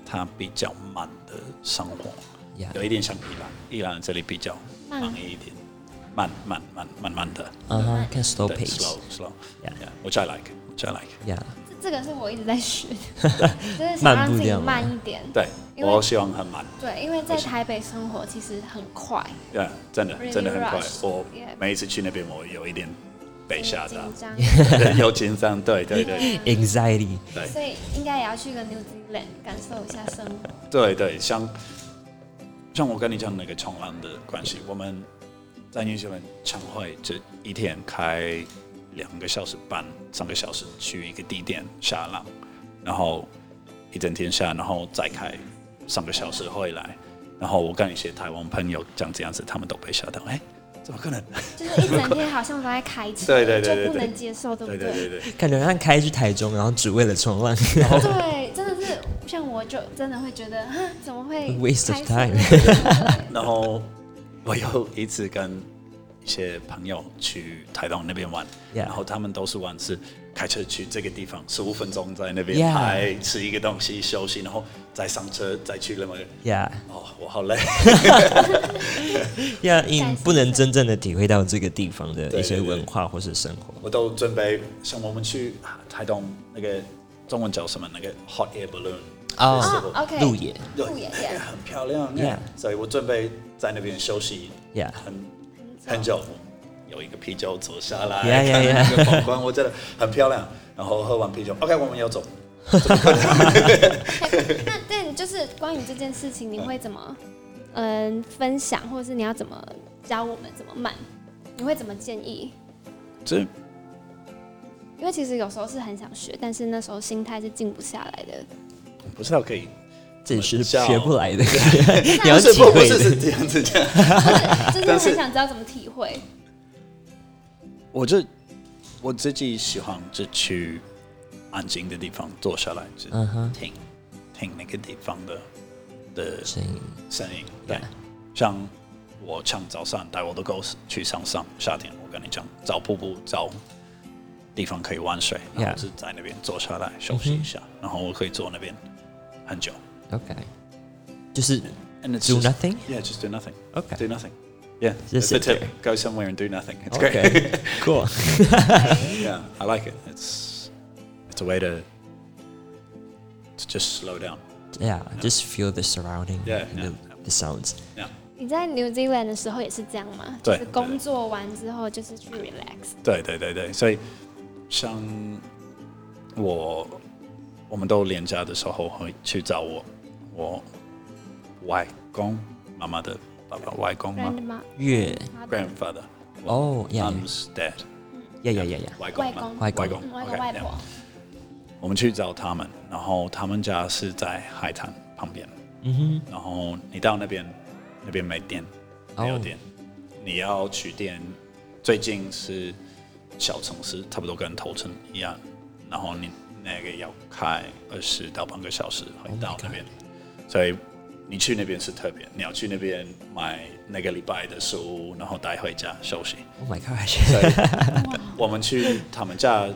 S3: 它比较慢的生活
S1: Yeah.
S3: 有一点像伊朗，伊朗这里比较
S2: 慢
S3: 慢一点，慢慢慢慢慢的，
S1: Uh huh. Kind of slow
S3: 对
S1: pace.
S3: slow slow，
S1: Yeah.
S3: yeah, which I like, which I like。
S1: Yeah.
S2: 这这个是我一直在学
S3: (laughs)
S2: 的，就是想让自己慢一点。
S3: 对，
S2: 因为
S3: 我希望很慢，
S2: 对，因为在台北生活其实很快，
S3: yeah, 真的
S2: Really
S3: 真的很快。
S2: rushed,
S3: 我
S2: yeah.
S3: 每一次去那边，我有一点被吓
S2: 紧
S3: 到，
S2: 张，
S3: (laughs) 有紧张，对对对
S1: Anxiety.
S2: (laughs)
S3: 对。
S2: 所以应该也要去个 New Zealand 感受一下生活。
S3: 对对，像像我跟你讲那个冲浪的关系，我们在新西兰常会这一天开两个小时半、三个小时去一个地点下浪，然后一整天下，然后再开三个小时回来。然后我跟一些台湾朋友讲这样子，他们都被吓到，哎，怎么可能？
S2: 就是
S3: (laughs)
S2: 一整天好像都在开车，
S3: 对对对对
S2: 就不
S3: 对
S2: 能接受，对不
S3: 对对对对，
S1: 感觉像开去台中，然后只为了冲浪。
S2: 对，真的是像我就真的会觉得，啊怎么会
S1: Waste of
S2: 开车
S1: time
S3: 然后我有一次跟一些朋友去台东那边玩
S1: Yeah.
S3: 然后他们都是玩是开车去这个地方，十五分钟在那边
S1: Yeah.
S3: 拍吃一个东西休息，然后再上车再去另外一个。
S1: Yeah.
S3: 哦，我好累。
S1: (laughs)
S3: (laughs)
S1: Yeah. 你不能真正的体会到这个地方的一些文化或是生活。
S3: 我都准备像我们去啊台东那个中文叫什么那个 hot air balloon
S1: 哦
S3: ，festival
S2: 啊，OK，
S1: 路野
S3: 对
S2: 路野
S3: 也
S2: yeah
S3: 很漂亮
S1: Yeah.
S3: 所以我准备在那边休息
S1: Yeah.
S3: 很很久，有一个啤酒走下来
S1: Yeah, yeah,
S3: 看那个风光，我觉得很漂亮。然后喝完啤酒，OK，我们要走。
S2: 那但就是关于这件事情，你会怎么 (laughs) 嗯分享，或者是你要怎么教我们怎么慢？你会怎么建议？
S3: 这
S2: 因为其实有时候是很想学，但是那时候心态是静不下来的。
S3: 不知道可以，
S1: 这也是
S3: 怎么叫
S1: 学不来的， (laughs) 你要
S3: 不是
S1: 体
S3: 不不
S1: 会
S3: 是
S1: 的。
S3: 是这样子这样。
S2: 就是
S3: 但是
S2: 很想知道怎么体会。
S3: 我这我自己喜欢就去安静的地方坐下来，就
S1: 嗯哼，
S3: 听听那个地方的的
S1: 声音。
S3: 声音。对，像我唱早上带我的狗去上上，夏天我跟你讲，找瀑布找地方可以玩水，
S1: Yeah
S3: 然后是在那边坐下来休息一下，然后我可以坐那边很久。
S1: OK，就是
S3: And it's
S1: do
S3: just-
S1: nothing。
S3: Yeah, just do nothing.
S1: Okay.
S3: Do nothing. Yeah,
S1: Just
S3: that's the
S1: sit
S3: tip.
S1: there.
S3: Go somewhere and do nothing. It's great.
S1: (laughs) OK，cool。
S3: (laughs) Yeah, I like it. It's it's a way to to just slow down.
S1: Yeah, just feel the surrounding
S3: Yeah,
S1: and the,
S3: yeah.
S1: the sounds.
S3: Yeah.
S2: 你在 New Zealand 的时候也是这样吗？
S3: 对
S2: 就是工作完之后就是去 relax。
S3: 对对对对，所以像我，我们都连假的时候会去找我我外公妈妈的爸爸外公吗
S2: Grandma
S1: 月
S3: grandfather
S1: 哦，yeah，yeah
S3: mom's dad
S1: ，yeah yeah yeah yeah，
S3: 外公
S2: 外
S3: 嘛
S2: 公、
S1: 外公
S3: 外公
S2: 嗯外
S3: OK，
S2: 公、外婆
S3: yeah。我们去找他们，然后他们家是在海滩旁边，嗯哼，然后你到那边，那边没电，没有
S1: 哦
S3: 电，你要取电，最近是小城市，差不多跟头城一样，然后你那个要开二十到半个小时会
S1: Oh my
S3: 到那边所以你去那边是特别，你要去那边买那个礼拜的食物，然后带回家休息。
S1: Oh my gosh，
S3: (laughs) 所以我们去他们家，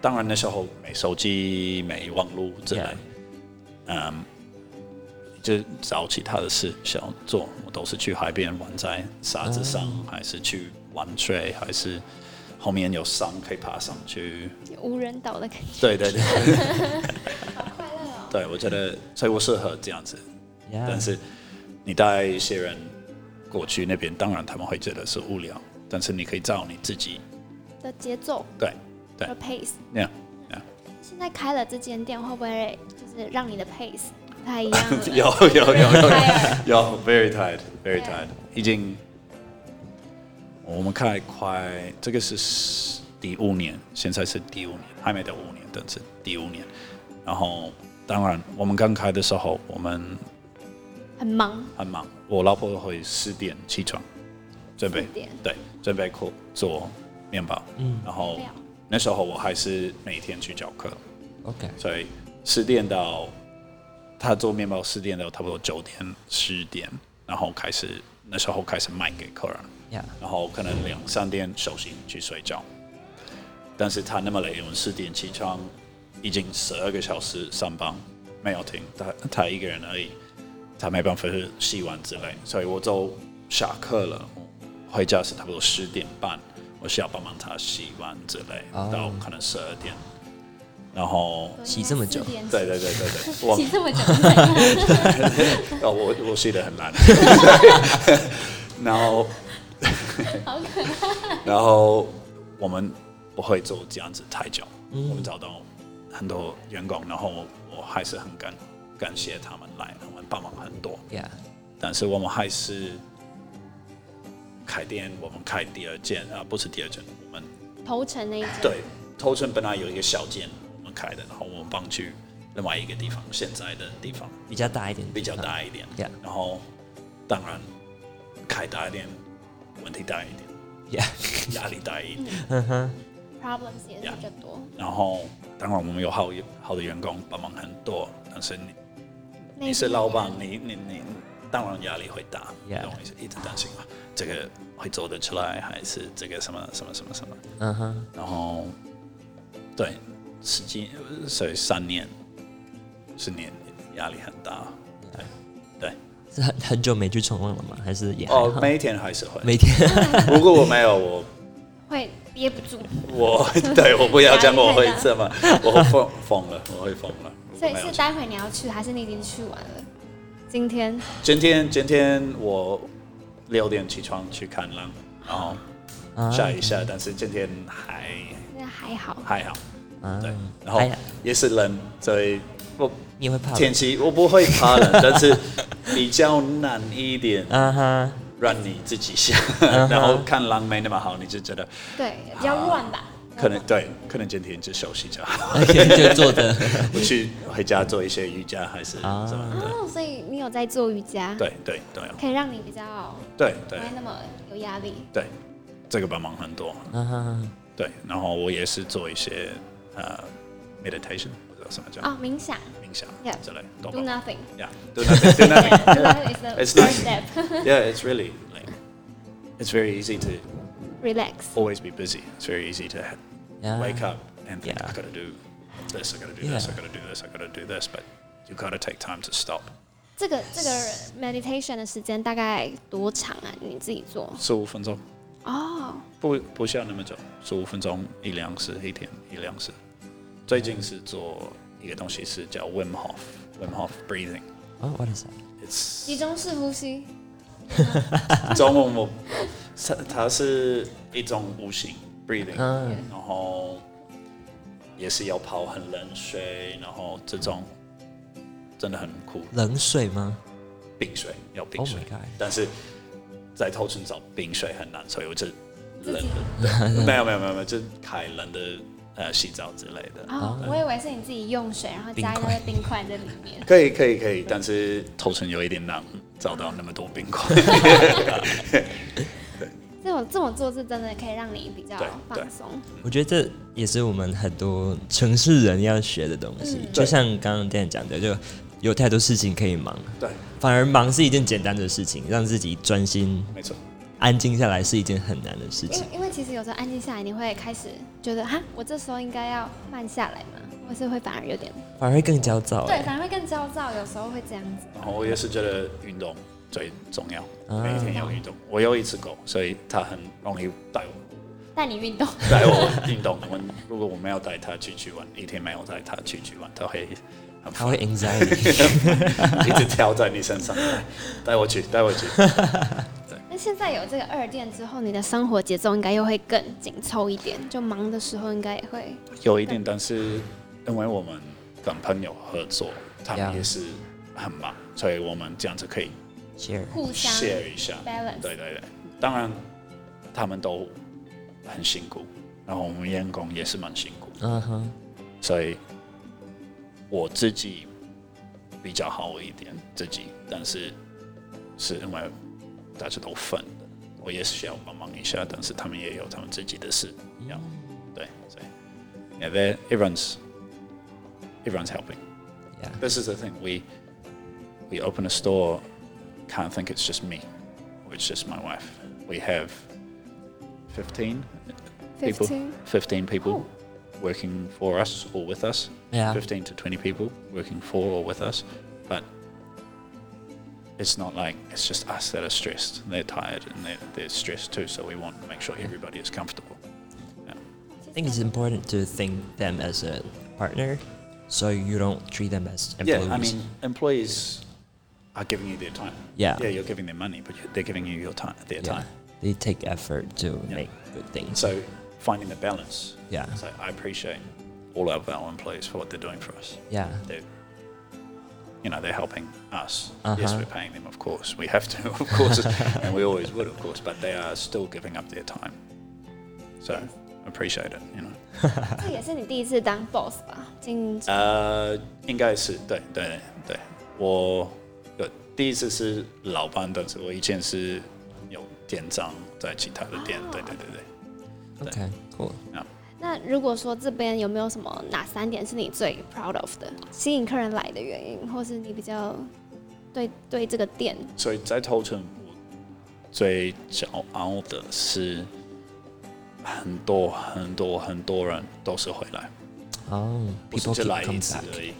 S3: 当然那时候没手机、没网络之类
S1: Yeah
S3: 嗯，就找其他的事想做，我都是去海边玩在沙子上，还是去玩水，还是后面有山可以爬上去。
S2: 无人岛的感觉，
S3: 对对对，
S2: 快乐哦。
S3: (laughs) 对我觉得，所以我适合这样子。
S1: Yeah
S3: 但是你带一些人过去那边，当然他们会觉得是无聊，但是你可以照你自己，
S2: 的节奏
S3: 对对
S2: 和 pace。
S3: 那样那样。
S2: 现在开了这间店，会不会就是让你的 pace 不太一样了？
S3: (laughs) 有有有 (laughs) 有
S2: Tired
S3: 有，very tired，very
S2: Yeah.
S3: tired，已经我们开快，这个是第五年，现在是第五年，还没到五年，但是第五年。然后当然，我们刚开的时候，我们
S2: (laughs) 很忙，
S3: 很忙，我老婆会十点起床，准备
S2: 字典
S3: 对准备库做面包，
S1: 嗯
S3: 然后
S2: 料
S3: 那时候我还是每天去教课，
S1: ，OK，
S3: 所以十点到他做面包十点到差不多九点十点，然后开始那时候开始卖给客人，
S1: 呀、
S3: 然后可能两三点休息去睡觉。但是他那么累，我们四点起床，已经十二个小时上班，没有停，他他一个人而已，他没办法洗碗之类，所以我就下课了，回家是差不多十点半，我需要帮忙他洗碗之类，
S1: 哦
S3: 到可能十二点，然后
S1: 洗这么久
S2: 四点起
S3: 对对对
S2: (laughs)
S3: 对对，我
S2: 洗这么久，
S3: 哦我我洗的
S2: (laughs)
S3: 很烂，然后
S2: 好可爱。
S3: 然后我们不会做这样子太久，我们找到很多员工，然后我还是很感感谢他们来，他们帮忙很多，
S1: 呀、
S3: 但是我们还是开店，我们开第二间啊，不是第二间，我们
S2: 头城那一间，
S3: 对头城本来有一个小店我们开的，然后我们搬去另外一个地方，现在的地方
S1: 比较大一点，
S3: 比较大一点
S1: Yeah
S3: 然后当然开大一点，问题大一
S1: (laughs)
S3: 点，
S1: 呀
S3: 压力大一点。
S2: ，problems 也是比较多。
S3: 然后当然我们有好好的员工帮忙很多，但是你
S2: 那
S3: 你
S2: 一
S3: 是
S2: 间
S3: 老板，你你你当然压力会大，你
S1: Yeah
S3: 懂我意思？一直担心啊，这个会做得出来，还是这个什么什么什么什么？
S1: 嗯哼，
S3: 然后对，十几所以三年，四年压力很大，对对。
S1: 是很很久没去冲浪了吗？还是也还好
S3: 哦，每一天还是会，
S1: 每天 (laughs)
S3: 如果我没有我 (laughs)
S2: 会憋不住，
S3: 我对我不要讲我会
S2: 压力太大
S3: 这么，我会疯疯了，我会疯了。如果
S2: 所以
S3: 没有
S2: 是待会你要去，还是你已经去完了？今天
S3: 今天今天我六点起床去看浪，然后
S1: 啊
S3: 晒一下，但是今天还
S2: 那还好，
S3: 还好，
S1: 啊
S3: 对，然后
S1: 哎呀
S3: 也是冷，所以我
S1: 你也会怕
S3: 天气我不会怕冷，但是比较难一点，
S1: (laughs) 啊
S3: (laughs)
S1: 哈，
S3: 让你自己想，然后看浪没那么好，你就觉得
S2: 对，比较乱吧。
S3: 啊可能对，可能今天就休息就好，
S1: (laughs) 就坐着，
S3: 我去回家做一些瑜伽还是什么
S2: 哦，所以你有在做瑜伽
S3: 的，，对对对
S2: 可以让你比较
S3: 对
S2: 不
S3: 对
S2: 会那么有压力。
S3: 对，这个帮忙很多，
S1: 啊哈，
S3: 对，然后我也是做一些呃 meditation，不知道什么叫、
S2: 哦，冥想
S3: 冥想
S2: Yeah.
S3: 之类，懂
S2: ，do
S3: 吗
S2: nothing。
S3: ？Yeah，do nothing，do
S2: (laughs)
S3: nothing.
S2: That is the
S3: It's
S2: first
S3: nice.
S2: step.
S3: (laughs) yeah, it's really like it's very easy to
S2: (laughs) Relax.
S3: always be busy. It's very easy to ha-
S1: 呀
S3: wake up and think
S1: Uh, Yeah.
S3: I gotta do this, I gotta do this, I
S1: Yeah.
S3: gotta do this, I gotta do this, but you gotta take time to stop.
S2: 这个这个 meditation 的时间大概多长啊？你自己做
S3: 十五分钟
S2: 哦，
S3: 不不像那么久，十五分钟一两次，一天一两次。最近是做一个东西是叫 Wim Hof，Wim Hof breathing。
S1: 哦，what is that？
S3: It's
S2: 集中式呼吸。
S3: 中文我它它是一种无形 breathing，、
S1: 嗯
S3: 然后也是要泡很冷水，然后这种真的很苦，
S1: 冷水吗？
S3: 冰水要冰水
S1: Oh my god
S3: 但是在头村找冰水很难，所以我就冷的， (laughs) 对没有没有没有没有，就是开冷的呃洗澡之类
S1: 啊
S3: 的。
S2: 哦，我以为是你自己用水，然后加一堆冰块在里面。
S3: 可以可以可以，但是头城有一点难找到那么多
S1: (laughs)
S3: 冰块。
S2: (laughs) 这种这么做是真的可以让你比较
S3: 对对
S2: 放松。
S1: 我觉得这也是我们很多城市人要学的东西，
S3: 嗯
S1: 就像刚刚店讲的，就有太多事情可以忙，
S3: 对，
S1: 反而忙是一件简单的事情，让自己专心
S3: 没错。
S1: 安静下来是一件很难的事
S2: 因
S1: 情
S2: 为。因为其实有时候安静下来，你会开始觉得哈，我这时候应该要慢下来嘛，或是会反而有点
S3: 嗯
S1: 反而会更焦躁、
S2: 对，
S1: 欸。
S2: 反而会更焦躁，有时候会这样子。
S3: 然后我也是觉得运动最重要，
S1: 啊
S3: 每天要运动。我有一只狗，所以它很容易带我
S2: 带你运动，
S3: 带我运动。我如果我没有带它出去玩，一天没有带它出去玩，它会很
S1: 他
S3: 烦
S1: 会 anxiety，
S3: (laughs) 一直跳在你身上，来带我去，带我去。
S2: 那现在有这个二店之后，你的生活节奏应该又会更紧凑一点，就忙的时候应该也会
S3: 有一点，但是因为我们跟朋友合作，他们
S1: Yeah
S3: 也是很忙，所以我们这样子可以
S1: Share
S2: 互相
S3: share 一下。
S2: balance。
S3: 对对对，当然他们都很辛苦，然后我们员工也是蛮辛苦。
S1: 嗯哼，
S3: 所以我自己比较好一点自己，但是是因为大家都分的，我我也是需要帮忙一下，但是他们也有他们自己的事要，对，所以 yeah, they everyone's everyone's helping.
S1: Yeah.
S3: This is the thing we we open a store, can't think it's just me, or it's just my wife. We have fifteen people,
S2: 15?
S3: fifteen people working for us or with us.
S1: Yeah.
S3: 15 to 20 people working for or with us, but it's not like it's just us that are stressed. They're tired and they're, they're stressed too, so we want to make sure everybody is comfortable.
S1: I think it's important to think them as a partner, so you don't treat them as employees.
S3: Yeah, I mean, employees are giving you their time.
S1: Yeah.
S3: Yeah, you're giving them money, but they're giving you your time, their
S1: Yeah.
S3: time.
S1: They take effort to
S3: Yeah.
S1: make good things.
S3: So finding the balance.
S1: Yeah.
S3: So I appreciate all of our employees for what they're doing for us.
S1: yeah.
S3: they're you know they're helping us. Yes,
S1: Uh-huh.
S3: we're paying them, of course. We have to, (laughs) of course, and we always would, of course. But they are still giving up their time, so appreciate it. You know.
S2: 这也是你第一次当 boss 吧？经营者
S3: 呃，应该是对对对，我有第一次是老班，但是我以前是有店长在其他的店。对对对对，
S1: Okay. Cool.
S2: 那如果说这边有没有什么哪三点是你最 proud of 的，吸引客人来的原因，或是你比较对对这个店
S3: 所以在头城，我最骄傲的是很多很多很多人都是回来。
S1: Oh,
S3: 不是
S1: people
S3: 就
S1: keep
S3: 来一
S1: coming
S3: 次
S1: back.
S3: 而已，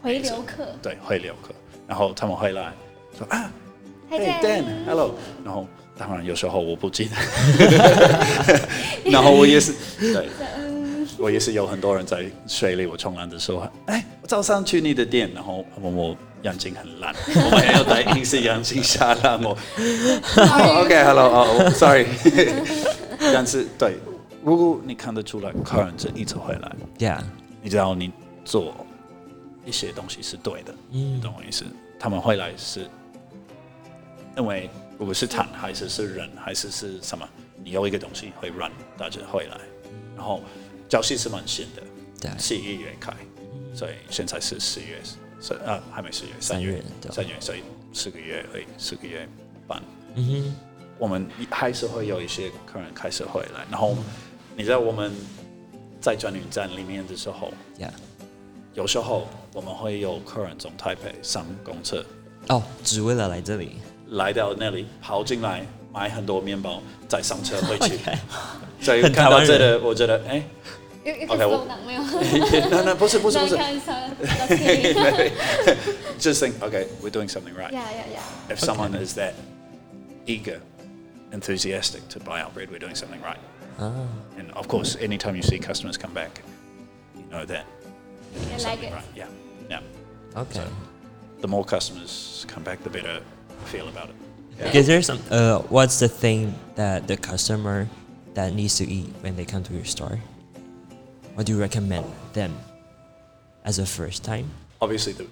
S2: 回流客？
S3: 对，会留客，然后他们会来说啊
S2: 嘿
S3: ，Hey
S2: 对
S3: Dan，Hello，然后当然有时候我不记得，然后我也是，对，我也是有很多人在水里我冲浪的时候，哎，我早上去你的店，然后问我眼睛很烂，我们还要戴隐形眼镜下浪哦。哦 OK，Hello，哦，Sorry，但是对，如果你看得出来客人是一直会来，
S1: Yeah.
S3: 你知道你做一些东西是对的，你懂我意思？他们会来是因为如果是谈还是是人还是是什么，你有一个东西会 run，大家会来。然后教室是蛮新的，
S1: 对
S3: 十一月开，所以现在是十月，是呃还没十月，三
S1: 三
S3: 月
S1: 月，对
S3: 三月，所以四个月而已，四个月半。
S1: 嗯
S3: 我们还是会有一些客人开始会来，然后你知道我们在转运站里面的时候，
S1: 哼 Yeah.
S3: 有时候我们会有客人从台北上公车
S1: 哦，Oh, 只为了来这里。
S3: 来到那里跑进来买很多面包，再上车回去。所以
S1: 很
S3: 看
S1: 台
S3: 到
S1: 湾
S3: 这
S1: 人
S3: 个，我觉得哎， (laughs)
S2: 有有
S3: OK，我
S2: 档没有？
S3: 那那不是不是不是
S2: 看一下，老师
S3: (laughs) ，just think okay we're doing something right.
S2: 呀呀呀！
S3: If someone is that eager, enthusiastic to buy our bread, we're doing something right. And of course, anytime you see customers come back, you know that they're doing
S2: like
S3: something
S2: it.
S3: right. Yeah, yeah.
S1: (laughs) Okay.
S3: The more customers come back, the better I feel about it.
S1: Is there some uh what's the thing that the customer that needs to eat when they come to your store? What do you recommend them as a first time?
S3: obviously the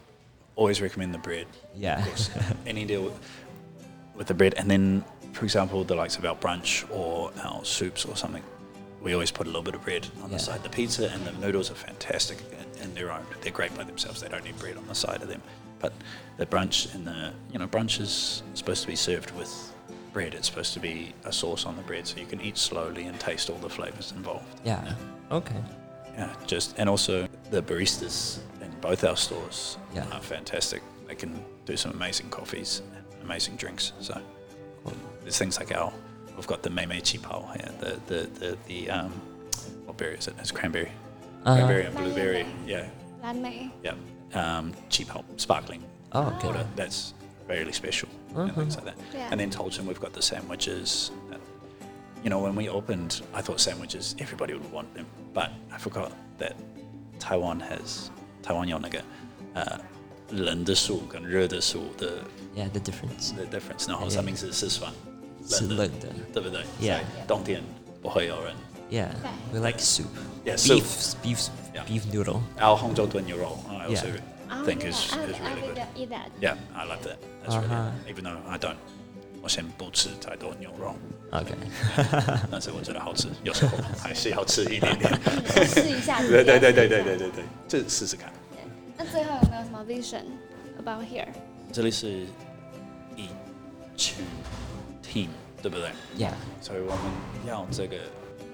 S3: always recommend the bread.
S1: Yeah.
S3: Any deal with, with the bread, and then for example the likes of our brunch or our soups or something, we always put a little bit of bread on the
S1: Yeah.
S3: side. The pizza and the noodles are fantastic in, in their own. They're great by themselves. They don't need bread on the side of them. But the brunch and the you know brunch is supposed to be served with bread. It's supposed to be a sauce on the bread, so you can eat slowly and taste all the flavors involved.
S1: (laughs) Yeah. Okay.
S3: Yeah, just and also the baristas in both our stores
S1: Yeah.
S3: are fantastic. They can do some amazing coffees, and amazing drinks. So there's things like our we've got the Meme Chipao here, the the the, the um, what berry is it? It's cranberry,
S1: Uh-huh.
S3: cranberry and blueberry. Yeah,
S2: 蓝莓
S3: yeah. Um, Chipao sparkling
S1: Oh, Uh-huh. okay.
S3: water. That's really special and things like that.
S2: Yeah.
S3: And then Tolchin, we've got the sandwiches. uh, You know, when we opened, I thought sandwiches everybody would want them, but I forgot that Taiwan has Taiwan 有那个, uh, 冷的食物跟热的食物的
S1: Yeah, the difference.
S3: the difference. 然后
S1: Yeah.
S3: 上面是四川，
S1: 是
S3: 冷的，
S1: 冷的
S3: 对不对
S1: Yeah.
S3: 所以冬天不会有人。
S1: Yeah. We like soup.
S3: Yeah,
S1: beef,
S3: soup.
S1: beef,
S3: Yeah.
S1: beef noodle.
S3: Our Hongzhou Dun roll, I also
S2: Oh,
S3: think
S2: yeah,
S3: is,
S2: I-
S3: is
S2: I
S3: really
S2: would
S3: good.
S2: eat that.
S3: Yeah, I love that. That's
S1: Uh-huh.
S3: really, even though I don't, 我先不吃太多牛肉， (laughs)
S1: Okay.
S3: 但是我觉得好吃， (laughs) 有时候还是要吃一点点。
S2: 试一下。
S3: 对对对对对对。对对，这试试看。
S2: 那最后有没有什么 vision about here？
S3: 这里是以 team 对不对？
S1: (laughs) Yeah，
S3: 所以我们要这个，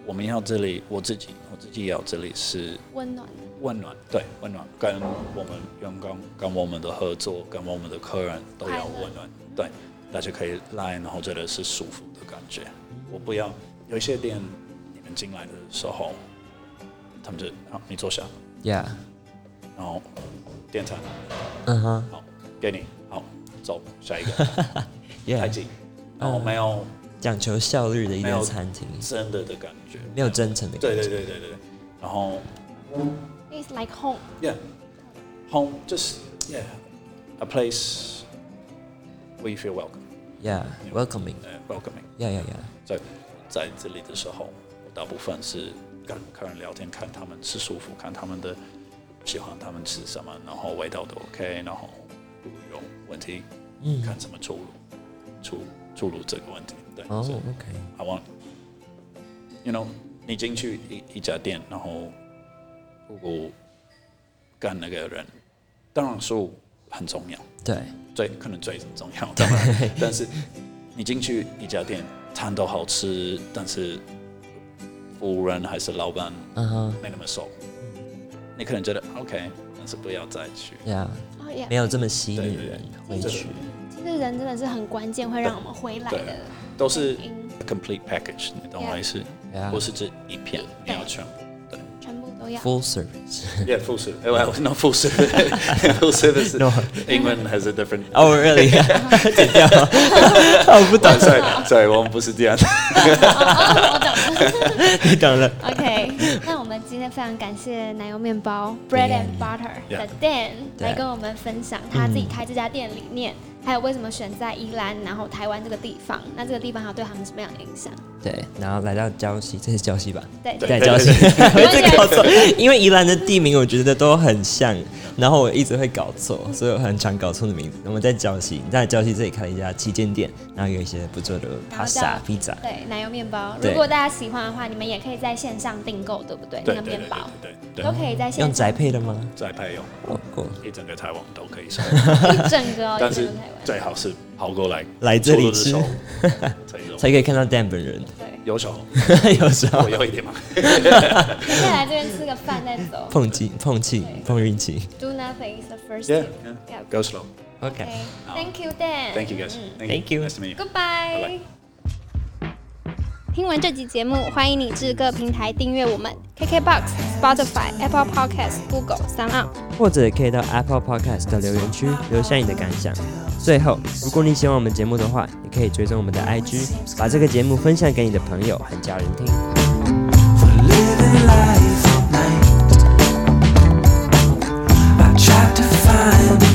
S3: 我们要这里，我自己我自己要这里是
S2: 温暖的。
S3: 温暖，对温暖，跟我们员工、跟我们的合作、跟我们的客人都要温暖，对，大家可以来，然后这里是舒服的感觉。我不要有一些店，你们进来的时候，他们就好，你坐下，
S1: yeah，
S3: 然后点餐，
S1: 嗯哼
S3: 好，给你，好，走，下
S1: (laughs)
S3: 一个，太
S1: ，yeah，
S3: 近，然后没有
S1: 讲求效率嗯的一
S3: 没有
S1: 间餐厅，
S3: 真的的感觉，
S1: 没有真诚的感
S3: 对
S1: 觉。
S3: 对对对对，然后
S2: It's like home.
S3: Yeah. Home, just, yeah, a place where you feel welcome,
S1: Yeah，welcoming。
S3: uh, welcoming.
S1: Yeah, yeah, yeah.
S3: 在在这里的时候，大部分是跟客人聊天，看他们吃舒服，看他们的喜欢他们吃什么，然后味道都 OK，然后不有问题，
S1: 嗯
S3: 看怎么出入，出出入这个问题。对，
S1: 哦
S3: 所以
S1: ，OK。
S3: I want, you know，你进去一一家店，然后如果跟那个人，当然说很重要，
S1: 对，
S3: 最可能最重要，当
S1: (laughs)
S3: 然，但是你进去一家店，餐都好吃，但是服务人还是老板
S1: 嗯哼
S3: 没那么熟，你可能觉得 OK，但是不要再去。
S1: ，Yeah，
S2: 哦耶
S1: 没！有这么吸
S3: 对
S1: 引
S3: 对
S1: 人
S3: 对，
S1: 回
S3: 这
S1: 去。
S2: 其实人真的是很关键，会让我们回来的
S3: 对。都是
S2: 原因
S3: a complete package，你懂我
S2: Yeah
S3: 意思？
S1: Yeah，
S3: 不是这一片，你要全部。
S2: 全部都要。
S1: full service。
S3: Yeah, full service. Well, (laughs) not full service. full service.
S1: No.
S3: England has a different.
S1: (laughs) Oh, (laughs) really？剪掉，我不懂，
S3: Oh, sorry, sorry. 我们不是这
S2: (laughs)
S3: 样。
S1: 你懂了。
S2: OK，那我们今天非常感谢奶油面包 Bread and Butter
S3: Yeah
S2: 的 Dan
S1: 对
S2: 来跟我们分享他自己开这家店理念，还有为什么选在宜兰，然后台湾这个地方，那这个地方还有对他们什么样的影响？
S1: 对，然后来到礁溪，这是礁溪吧？
S2: 对，
S1: 对，
S3: 对
S1: 礁溪， (laughs) 我一直搞错，因为宜兰的地名我觉得都很像，然后我一直会搞错，所以我很常搞错的名字。我们在礁溪，在礁溪这里开了一家旗舰店，然后有一些不错的
S2: 然后
S1: pasta
S2: 叫
S1: pizza。
S2: 对，奶油面包。
S1: 对
S2: 如果大家喜欢的话，你们也可以在线上订购，对不对？那
S3: 对
S2: 个
S3: 对对
S2: 面包
S3: 对对
S2: 都
S3: 对，
S2: 可以在
S1: 用
S2: 线上
S1: 宅配的吗？
S3: 在配用
S1: 哦，哦
S3: 一整个台湾都可以
S2: Oh,
S3: 上，
S2: 一整个哦，
S3: (laughs) 但
S2: 一整
S3: 是
S2: 个台湾。
S3: 最好是跑过来
S1: 来这里
S3: 出 (laughs)
S1: 吃
S3: 入
S1: (laughs)
S3: 的时候才
S1: 才可以看到 Dan 本人， (laughs)
S2: 对，
S3: 有时候
S1: 有时候 (laughs)
S3: 我有一点嘛。
S2: 你可以来这边吃个饭再
S3: (laughs)
S2: 走。
S1: 碰气、碰气、碰运气。
S2: Do nothing is the first tip.
S3: Yeah, yeah.
S2: Yeah. Mm.
S3: Go slow.
S1: OK，
S2: Okay. Thank you, Dan.
S3: Thank you guys.
S2: 嗯
S1: Thank you.
S3: Nice to meet you.
S2: Goodbye.
S3: Bye-bye.
S4: 听完这集节目，欢迎你至各平台订阅我们：KKBox、Spotify、Apple Podcasts、Google、s o u n d
S1: 或者可以到 Apple Podcast 的留言区留下你的感想。最后，如果你喜欢我们节目的话，也可以追踪我们的 IG，把这个节目分享给你的朋友和家人听。
S5: Living life at night. I tried to find